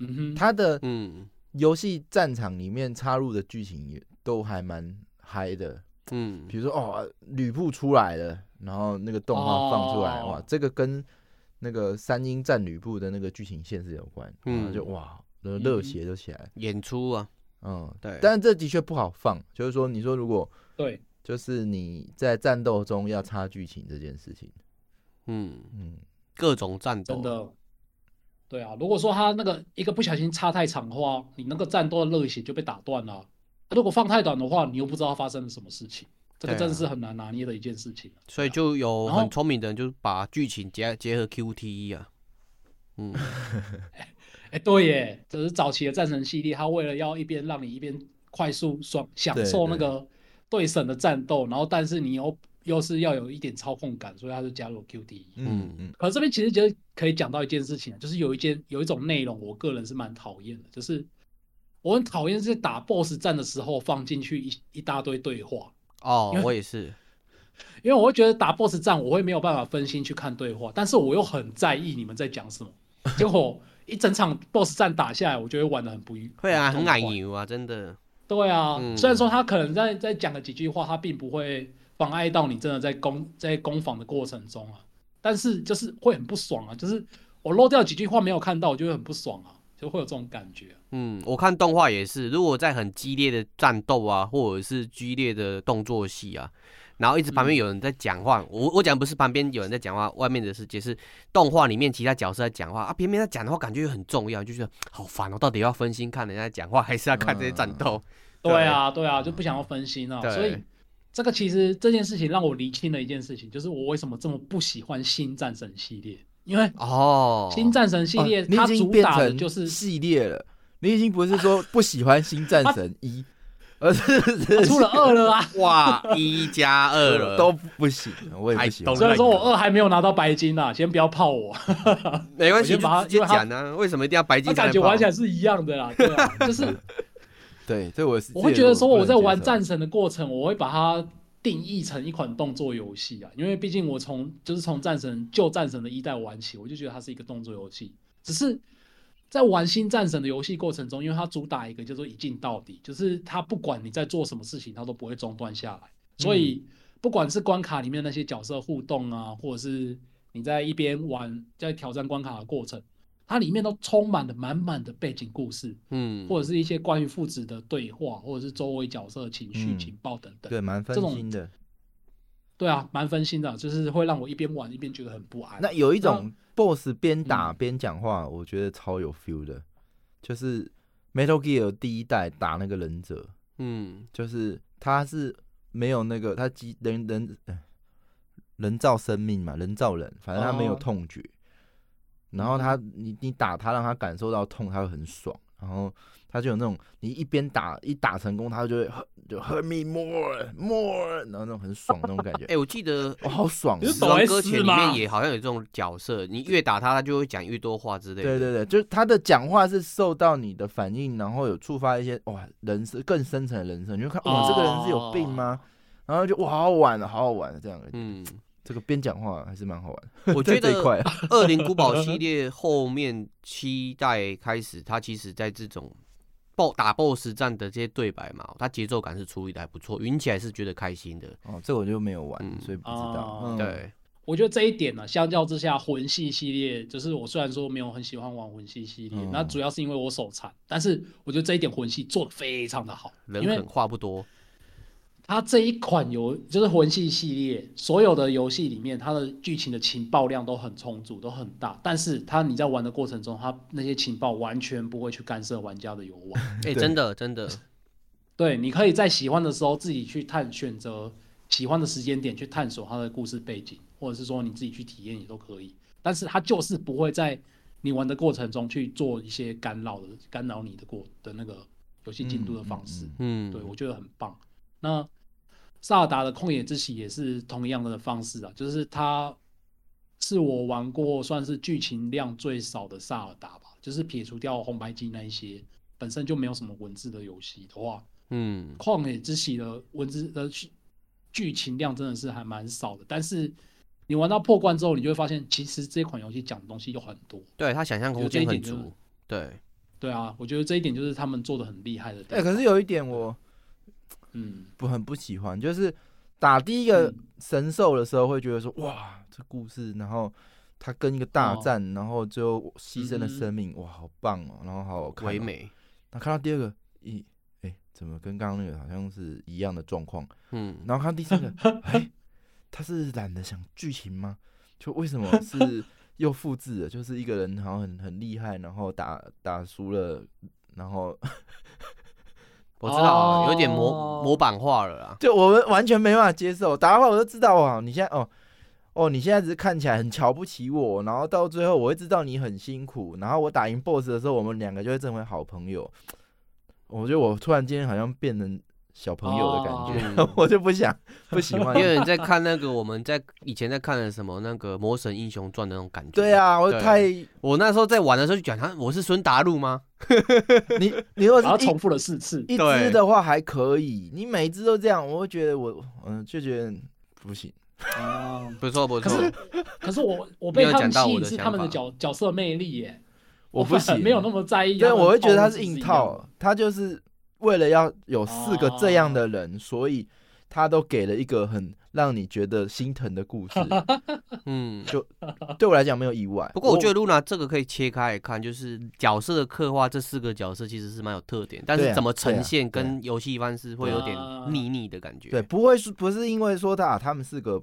S2: 嗯哼，
S4: 它的
S3: 嗯
S4: 游戏战场里面插入的剧情也都还蛮嗨的，
S3: 嗯
S4: 比如说哦，呃吕布出来了，然后那个动画放出来，
S2: 哦
S4: 哇，这个跟那个三英战吕布的那个剧情线是有关，
S3: 嗯
S4: 然后就哇，那
S2: 嗯
S4: 热血就起来，
S3: 演出啊，
S4: 嗯，
S3: 对
S4: 但这的确不好放，就是说，你说如果
S2: 对，
S4: 就是你在战斗中要插剧情这件事情，
S3: 嗯，
S4: 嗯，
S3: 各种战斗，
S2: 真
S3: 啊
S2: 的，对啊，如果说他那个一个不小心插太长的话，你那个战斗的热血就被打断了啊。如果放太短的话，你又不知道发生了什么事情，这个
S3: 对啊
S2: 真的是很难拿捏的一件事情啊。
S3: 所以就有
S2: 然后
S3: 很聪明的人，就是把剧情结结合 QTE 啊，嗯，
S2: 哎，对耶，这是早期的战神系列，他为了要一边让你一边快速爽享
S4: 对
S2: 受
S4: 对
S2: 那个对手的战斗，然后但是你又又是要有一点操控感，所以他就加入了 QTE。
S4: 嗯嗯
S2: 可这边其实觉得可以讲到一件事情啊，就是有一件有一种内容，我个人是蛮讨厌的，就是我很讨厌是打 BOSS 战的时候放进去一一大堆对话，
S3: 哦
S2: 因为，
S3: 我也是，
S2: 因为我会觉得打 BOSS 战我会没有办法分心去看对话，但是我又很在意你们在讲什么，结果一整场 BOSS 战打下来，我就会玩的很不愉
S3: 会啊，很
S2: 痛快
S3: 奶油啊，真的，
S2: 对啊，
S3: 嗯
S2: 虽然说他可能在在讲了几句话，他并不会妨碍到你真的在攻在攻防的过程中啊，但是就是会很不爽啊，就是我漏掉几句话没有看到，我就会很不爽啊，就会有这种感觉啊、
S3: 嗯，我看动画也是，如果在很激烈的战斗啊，或者是激烈的动作戏啊，然后一直旁边有人在讲话，我我讲不是旁边有人在讲话，外面的世界是动画里面其他角色在讲话啊，偏偏他讲的话感觉又很重要，就觉得好烦哦，到底要分心看人家讲话，还是要看这些战斗？嗯对
S2: 对啊，对
S4: 嗯
S2: 啊，就不想要分心啊，
S3: 对
S2: 所以这个其实这件事情让我厘清了一件事情，就是我为什么这么不喜欢新战神系列，因为
S3: 哦，
S2: 新战神系
S4: 哦
S2: 列
S4: 你
S2: 它
S4: 已经
S2: 主
S4: 变
S2: 打的
S4: 成
S2: 就是
S4: 系列了，你已经不是说不喜欢新战 神
S2: 啊
S4: 一，而是
S2: 它出了二了啊。
S3: 哇，一加二 了，
S4: 都不行， 我也不喜欢
S3: I don't
S2: 虽然说我二还没有拿到白金啊，先不要泡我。
S3: 没关系，
S2: 我先把它
S3: 就直接
S2: 因为它
S3: 讲啊，为什么一定要白
S2: 那
S3: 金才能啊
S2: 感觉
S3: 泡
S2: 玩起来是一样的啦，对啊，就是
S4: 对，这我也是
S2: 我会觉得说我在玩战
S4: 士，
S2: 神的过程，我会把它定义成一款动作游戏啊，因为毕竟我从就是从战神旧战神的一代玩起，我就觉得它是一个动作游戏。只是在玩新战神的游戏过程中，因为它主打一个叫做一镜到底，就是它不管你在做什么事情，它都不会中断下来。所以不管是关卡里面那些角色互动啊，或者是你在一边玩在挑战关卡的过程，它里面都充满了满满的背景故事，
S3: 嗯，
S2: 或者是一些关于父子的对话，或者是周围角色的情绪、
S4: 嗯
S2: 情报等等。
S4: 对，蛮分
S2: 这种
S4: 心的。
S2: 对啊，蛮分心的，就是会让我一边玩一边觉得很不安。
S4: 那有一种 BOSS 边打
S2: 嗯
S4: 边讲话，我觉得超有 feel 的，就是 Metal Gear 第一代打那个忍者，
S3: 嗯
S4: 就是他是没有那个他机人人呃人造生命嘛，人造人，反正他没有
S2: 哦嗯
S4: 痛觉。然后他你你打他，让他感受到痛，他会很爽。然后他就有那种你一边打一打成功，他就会就 hurt me more more，然后那种很爽那种感觉
S3: 哎、，我记得
S4: 哦，好爽哦！
S2: 你是
S3: 死
S2: 懂
S3: 亡
S2: S
S3: 搁浅里
S2: 吗
S3: 面也好像有这种角色，你越打他，他就会讲越多话之类的。
S4: 对对对，就是他的讲话是受到你的反应，然后有触发一些哇人是更深层的人生，你就看哇、这个人是有病
S2: 哦
S4: 吗？然后就哇好好玩啊，好好玩啊，这样的
S3: 嗯，
S4: 这个边讲话还是蛮好玩。
S3: 我觉
S4: 在这一块
S3: 得恶灵古堡系列后面七代开始，它其实在这种 BO 打 BOSS 战的这些对白嘛，它节奏感是处理的还不错，云起来是觉得开心的。
S4: 哦，这个我就没有玩，
S3: 嗯
S4: 所以不知道。
S2: 哦
S4: 嗯、
S3: 对，
S2: 我觉得这一点呢、相较之下，魂系系列就是我虽然说没有很喜欢玩魂系系列，
S4: 嗯
S2: 那主要是因为我手残，但是我觉得这一点魂系做的非常的好，
S3: 人
S2: 因为
S3: 狠话不多。
S2: 它这一款游就是魂系系列所有的游戏里面，它的剧情的情报量都很充足，都很大，但是它你在玩的过程中，它那些情报完全不会去干涉玩家的游玩。
S3: 哎、真的真的，
S2: 对，你可以在喜欢的时候自己去探选择喜欢的时间点去探索它的故事背景，或者是说你自己去体验也都可以。但是它就是不会在你玩的过程中去做一些干扰的干扰你的过的那个游戏进度的方式。
S4: 嗯
S3: 嗯，
S4: 嗯
S2: 对我觉得很棒。那萨尔达的旷野之息也是同样的方式啊，就是它是我玩过算是剧情量最少的萨尔达吧，就是撇除掉红白机那一些本身就没有什么文字的游戏的话，
S3: 嗯
S2: 旷野之息的文字的剧剧情量真的是还蛮少的，但是你玩到破关之后，你就会发现其实这款游戏讲的东西有很多。
S3: 对他想象空间很
S2: 就这一点
S3: 足。对，
S2: 对啊，我觉得这一点就是他们做的很厉害的地
S4: 哎、
S2: 方。
S4: 可是有一点我
S2: 嗯，
S4: 不很不喜欢，就是打第一个
S2: 嗯
S4: 神兽的时候，会觉得说哇，这故事，然后他跟一个大
S2: 哦
S4: 战，然后最后牺牲了
S2: 嗯哼
S4: 生命，哇，好棒哦，然后好好看、
S3: 唯。美。
S4: 那看到第二个，咦，哎、怎么跟刚刚那个好像是一样的状况？
S3: 嗯，
S4: 然后看到第 三个，哎、他是懒得想剧情吗？就为什么 是又复制了？就是一个人好像很很厉害，然后打打输了，然后。
S3: 我知道啊，有点
S2: 哦
S3: 模模板化了啦
S4: 就我们完全没办法接受。打的话我就知道哦，你现在哦哦，你现在只是看起来很瞧不起我，然后到最后我会知道你很辛苦，然后我打赢 BOSS 的时候，我们两个就会成为好朋友。我觉得我突然间好像变成小朋友的
S2: 哦
S4: 感 觉，
S3: 嗯
S4: 我就不想不喜欢
S3: 因。为你在看那个我们在以前在看的什么那个《魔神英雄传》的那种感觉。
S4: 对，啊，我
S3: 对
S4: 太
S3: 我那时候在玩的时候就讲他，我是孙达路吗？
S4: 你你如果
S2: 然后
S4: 是一
S2: 重复了四次。
S4: 一
S3: 对
S4: 只的话还可以，你每一只都这样，我会觉得我嗯就觉得不行。
S2: 啊
S3: 不错不
S2: 可
S3: 错，
S2: 是，可是 我我被
S3: 哦没有
S2: 他们
S3: 讲到
S2: 吸
S3: 我
S2: 引
S3: 的
S2: 是
S3: 想
S2: 他们的
S3: 法
S2: 角角色魅力耶，
S4: 我不
S2: 反而
S4: 行，欸
S2: 没有那么在意。
S4: 对，
S2: 们
S4: 我会觉得
S2: 套
S4: 他
S2: 路
S4: 是
S2: 不
S4: 硬
S2: 一样
S4: 套
S2: 的，，哦
S4: 他就是为了要有四个这样的人，所以他都给了一个很让你觉得心疼 的故事。
S3: 嗯。
S4: 对我来讲没有意外。
S3: 不过我觉得露娜这个可以切开来看，就是角色的刻画，这四个角色其实是蛮有特点，但
S4: 对
S3: 是
S4: 啊
S3: 怎么
S4: 对啊
S3: 呈现
S4: 对啊
S3: 跟游戏一般是会有点
S2: 啊
S3: 腻腻的感觉。
S4: 对，，不会是不是因为说他啊他们四个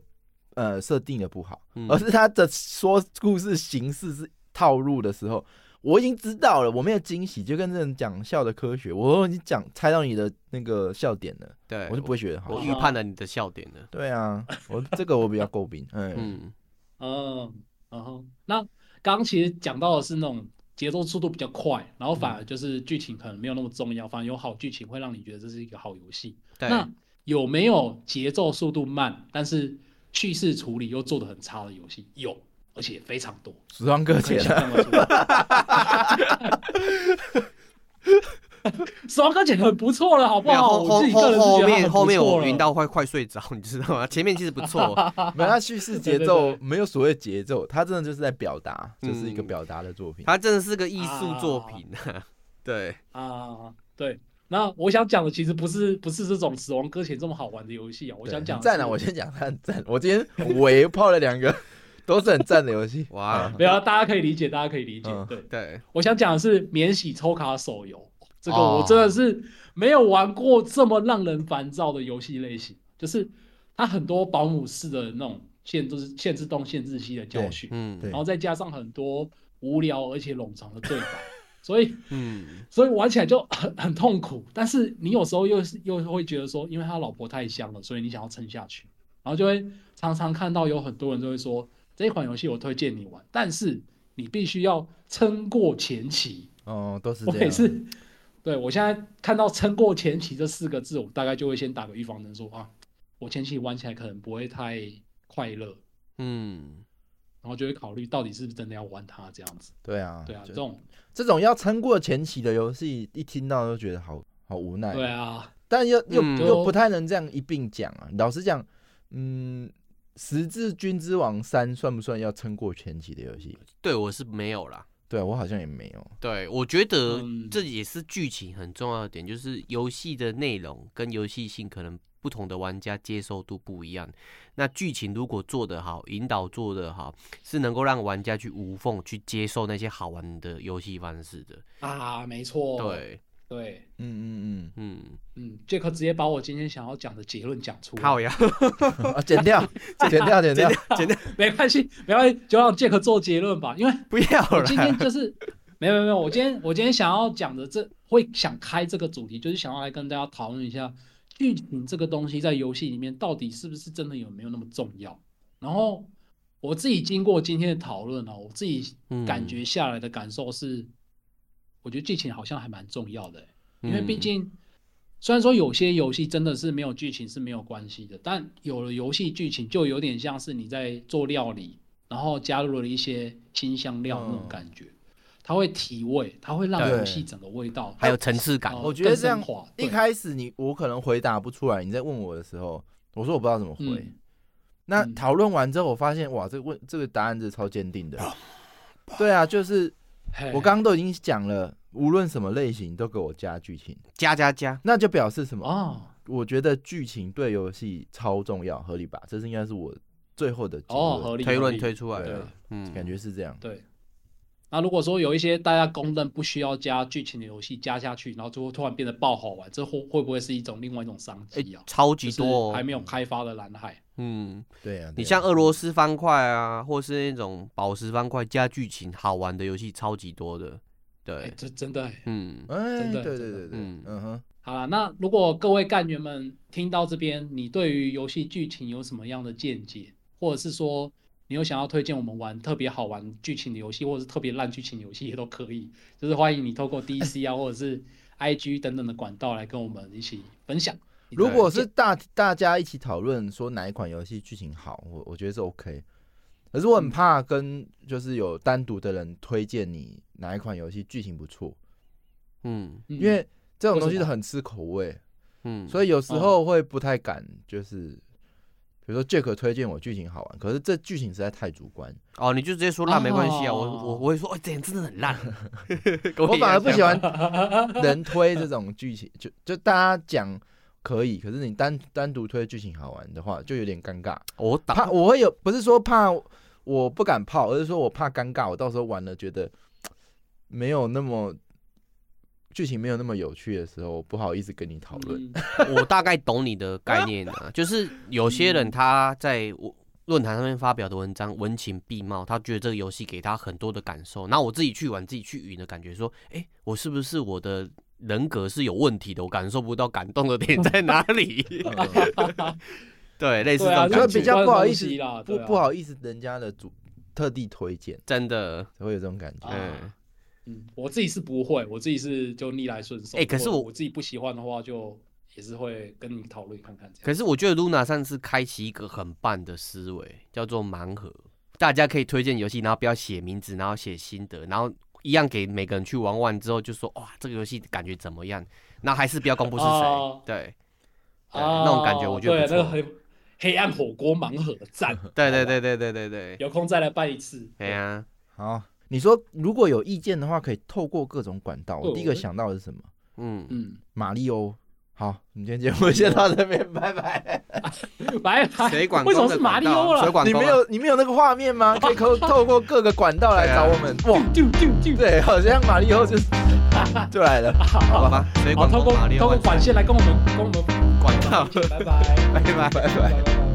S4: 呃设定的不好，
S3: 嗯
S4: 而是他的说故事形式是套路的时候。我已经知道了，我没有惊喜，就跟这种讲笑的科学，我已经讲猜到你的那个笑点了，
S3: 对，
S4: 我就不会觉得
S3: 我
S4: 好
S3: 我
S2: 啊。
S3: 预判了你的笑点了。
S4: 对啊，我这个我比较诟病，嗯，
S3: 嗯，
S2: 嗯，然后那刚刚其实讲到的是那种节奏速度比较快，然后反
S3: 嗯
S2: 而就是剧情可能没有那么重要，反而有好剧情会让你觉得这是一个好游戏。
S3: 对，
S2: 那有没有节奏速度慢，但是叙事处理又做的很差的游戏？有，而且非常多。
S4: 时装搁
S2: 可
S4: 浅
S2: 以
S4: 了
S2: 想，象得出 来。 死亡搁浅很不错了，好不
S3: 没有
S2: 好？
S3: 后
S2: 我
S3: 后
S2: 自己个
S3: 后
S2: 人是觉
S3: 后
S2: 得它
S3: 面
S2: 很
S3: 后
S2: 不
S3: 面
S2: 错
S3: 我
S2: 了。
S3: 晕到快快睡着，你知道吗？前面其实不 错，
S2: 啊
S4: 啊没有，他叙事节
S2: 对
S4: 奏
S2: 对对
S4: 没有所谓节奏，他真的就是在表达，这是一个
S3: 嗯
S4: 表达的作品。
S3: 它真的是个艺术作品啊。对，
S2: 啊，对。那我想讲的其实不是不是这种死亡搁浅这么好玩的游戏啊，我
S4: 对
S2: 想讲
S4: 很赞
S2: 了，
S4: 啊！我先讲他很赞，我今天围泡了两个， 都是很赞的游戏。
S3: 哇，
S2: 没有啊，大家可以理解，大家可以理解。
S4: 嗯
S2: 对，
S3: 对，
S2: 我想讲的是免洗抽卡手游，这个
S3: 哦
S2: 我真的是没有玩过这么让人烦躁的游戏类型，就是它很多保姆式的那种限制限制东限制西的教学，
S3: 嗯，
S4: 对
S2: 然后再加上很多无聊而且冗长的对白，所以
S3: 嗯，
S2: 所以玩起来就 很很痛苦。但是你有时候又是又会觉得说，因为他老婆太香了，所以你想要撑下去，然后就会常常看到有很多人就会说这一款游戏我推荐你玩，但是你必须要撑过前期。
S4: 哦，都是
S2: 我
S4: 这
S2: 每
S4: 样。
S2: 次对我现在看到“撑过前期”这四个字，我大概就会先打个预防针说啊，我前期玩起来可能不会太快乐，
S3: 嗯，
S2: 然后就会考虑到底是不是真的要玩它这样子。
S4: 对啊，
S2: 对啊，
S4: 就
S2: 这种
S4: 这种要撑过前期的游戏，一听到就觉得好好无奈。
S2: 对啊，
S4: 但又又、
S3: 嗯
S4: 又不太能这样一并讲啊。老实讲，嗯，《十字军之王三》算不算要撑过前期的游戏？
S3: 对我是没有啦。
S4: 对啊我好像也没有。
S3: 对，我觉得
S2: 嗯
S3: 这也是剧情很重要的点，就是游戏的内容跟游戏性可能不同的玩家接受度不一样。那剧情如果做得好，引导做得好，是能够让玩家去无缝去接受那些好玩的游戏方式的。
S2: 啊，没错，
S3: 对，
S2: 对。
S4: 嗯嗯
S3: 嗯，
S2: 嗯杰克直接把我今天想要讲的结论讲出来
S3: 靠，呀，
S4: 嗯，啊，剪掉，剪掉，剪掉，
S3: 真的
S2: 没关系，没关系，就让杰克做结论吧。因为
S3: 不要
S2: 我今天
S3: 了。
S2: 就是，没有没有没有，我今天我今天想要讲的这会想开这个主题，就是想要来跟大家讨论一下剧情这个东西在游戏里面到底是不是真的有没有那么重要。然后我自己经过今天的讨论啊，我自己感觉下来的感受是，我觉得剧情好像还蛮重要的欸、因为毕
S3: 嗯
S2: 竟虽然说有些游戏真的是没有剧情是没有关系的，但有了游戏剧情就有点像是你在做料理，然后加入了一些新香料那种
S4: 嗯
S2: 感觉，它会提味，它会让
S4: 对
S2: 游戏整个味道
S3: 还有层次感哦
S2: 呃，
S4: 我觉得
S2: 更
S4: 这样
S2: 升华
S4: 一
S2: 对
S4: 开始你我可能回答不出来，你在问我的时候，我说我不知道怎么回。
S2: 嗯
S4: 那
S2: 嗯
S4: 讨论完之后，我发现哇，这个问这个答案是超坚定的。对啊，就是
S2: 嘿
S4: 我刚刚都已经讲了，无论什么类型都给我加剧情，
S3: 加加加，
S4: 那就表示什么？
S2: 哦
S4: 我觉得剧情对游戏超重要，合理吧？这是应该是我最后的结论
S2: 哦合理
S3: 推
S2: 合
S3: 论
S2: 理
S3: 推出来
S4: 对啊
S3: 了，嗯，
S4: 感觉是这样。
S2: 对。那如果说有一些大家公认不需要加剧情的游戏加下去，然后最后突然变得爆好玩，这会会不会是一种另外一种商
S3: 哎
S2: 机啊？
S3: 超
S2: 就
S3: 级
S2: 是
S3: 多
S2: 还
S3: 哦，
S2: 没有开发的蓝海，
S3: 嗯。
S4: 对啊，
S3: 你
S4: 对啊
S3: 像俄罗斯方块啊，或是那种宝石方块加剧情好玩的游戏，超级多的。
S2: 哎
S3: 对，，
S2: 这真的欸
S3: 嗯，
S4: 哎，
S2: 真
S4: 对
S2: 的
S4: 对
S2: 真的
S4: 对对，
S3: 嗯
S4: 嗯哼，
S2: 好了，那如果各位干员们听到这边，你对于游戏剧情有什么样的见解，或者是说你有想要推荐我们玩特别好玩剧情的游戏，或者是特别烂剧情游戏也都可以，就是欢迎你透过 DC 啊，或者是 IG 等等的管道来跟我们一起分享。
S4: 如果是大大家一起讨论说哪一款游戏剧情好，我我觉得是 OK。可是我
S2: 嗯
S4: 很怕跟就是有单独的人推荐你哪一款游戏剧情不错，
S3: 嗯
S2: 嗯
S4: 因为这种东西
S2: 为什
S4: 都
S2: 么
S4: 很吃口味，
S3: 嗯，
S4: 所以有时候会不太敢，就是比如说 Jack 推荐我剧情好玩，可是这剧情实在太主观，
S3: 哦，你就直接说烂没关系啊，我我
S2: 哦
S3: 我会说，哦，这人真的 很烂。
S4: 我
S2: 啊
S4: 反而不喜
S3: 欢。
S4: 欢
S2: 嗯
S4: 人推这种剧情，就就大家讲可以，可是你单单独推剧情好玩的话，就有点尴尬。
S3: 我打
S4: 怕我会有，不是说怕我不敢泡，而是说我怕尴尬，我到时候玩了觉得嘖没有那么剧情没有那么有趣的时候，我不好意思跟你讨论。
S2: 嗯
S3: 我大概懂你的概念啊，就是有些人他在我论坛上面发表的文章文情并茂，他觉得这个游戏给他很多的感受。那我自己去玩、自己去云的感觉，说，哎、我是不是我的人格是有问题的？我感受不到感动的点在哪里？对，类似
S2: 对
S3: 这
S2: 啊，
S3: 种
S2: 这是
S3: 感觉，
S4: 就比较
S2: 主观的
S4: 不好
S2: 东
S4: 意思
S2: 西啦，
S4: 不
S2: 对啊
S4: 不好意思，人家的主特地推荐
S3: 真的，
S4: 才会有这种感觉。
S2: 啊
S3: 嗯，
S2: 嗯，我自己是不会，我自己是就逆来顺受。
S3: 哎可是
S2: 如果
S3: 我
S2: 我自己不喜欢的话，就也是会跟你讨论看看这样。
S3: 可是我觉得 Luna 上次开启一个很棒的思维，叫做盲盒。大家可以推荐游戏，然后不要写名字，然后写心得，然后一样给每个人去玩完之后就说哇，这个游戏感觉怎么样？那还是不要公布是谁。
S2: 哦
S3: 对，对
S2: 啊，
S3: 那种感觉我觉得不
S2: 对，那个
S3: 错
S2: 很黑暗火锅盲盒 赞，
S3: 对对对对对对对，
S2: 有空再来办一 次。
S3: 哎呀，
S4: 好，你说如果有意见的话，可以透过各种管道。
S2: 对
S4: 我第一个
S2: 我
S4: 想到的是什么？
S3: 嗯，
S2: 嗯，
S4: 马里欧。好，我们今天节目先到这边，拜拜。
S2: 拜拜。
S3: 水管
S2: 为什么
S3: 工的
S2: 是
S3: 管
S2: 马里
S3: 道
S2: 奥
S3: 水
S2: 啦？
S3: 管
S4: 你
S3: 工
S4: 没
S3: 啊
S4: 有你没有那个画面吗？可以透透过各个管道来找我们。哇，
S2: 丢丢丢丢！
S4: 对，好像马里奥就是 就来了，
S3: 好吧？水
S2: 好，
S3: 管
S2: 哦透
S3: 工
S2: 过
S3: 马里
S2: 透
S3: 奥
S2: 过管线来跟我们跟我们
S3: 管道，
S2: 拜拜。
S3: 拜拜。
S4: 拜拜。
S2: 拜拜。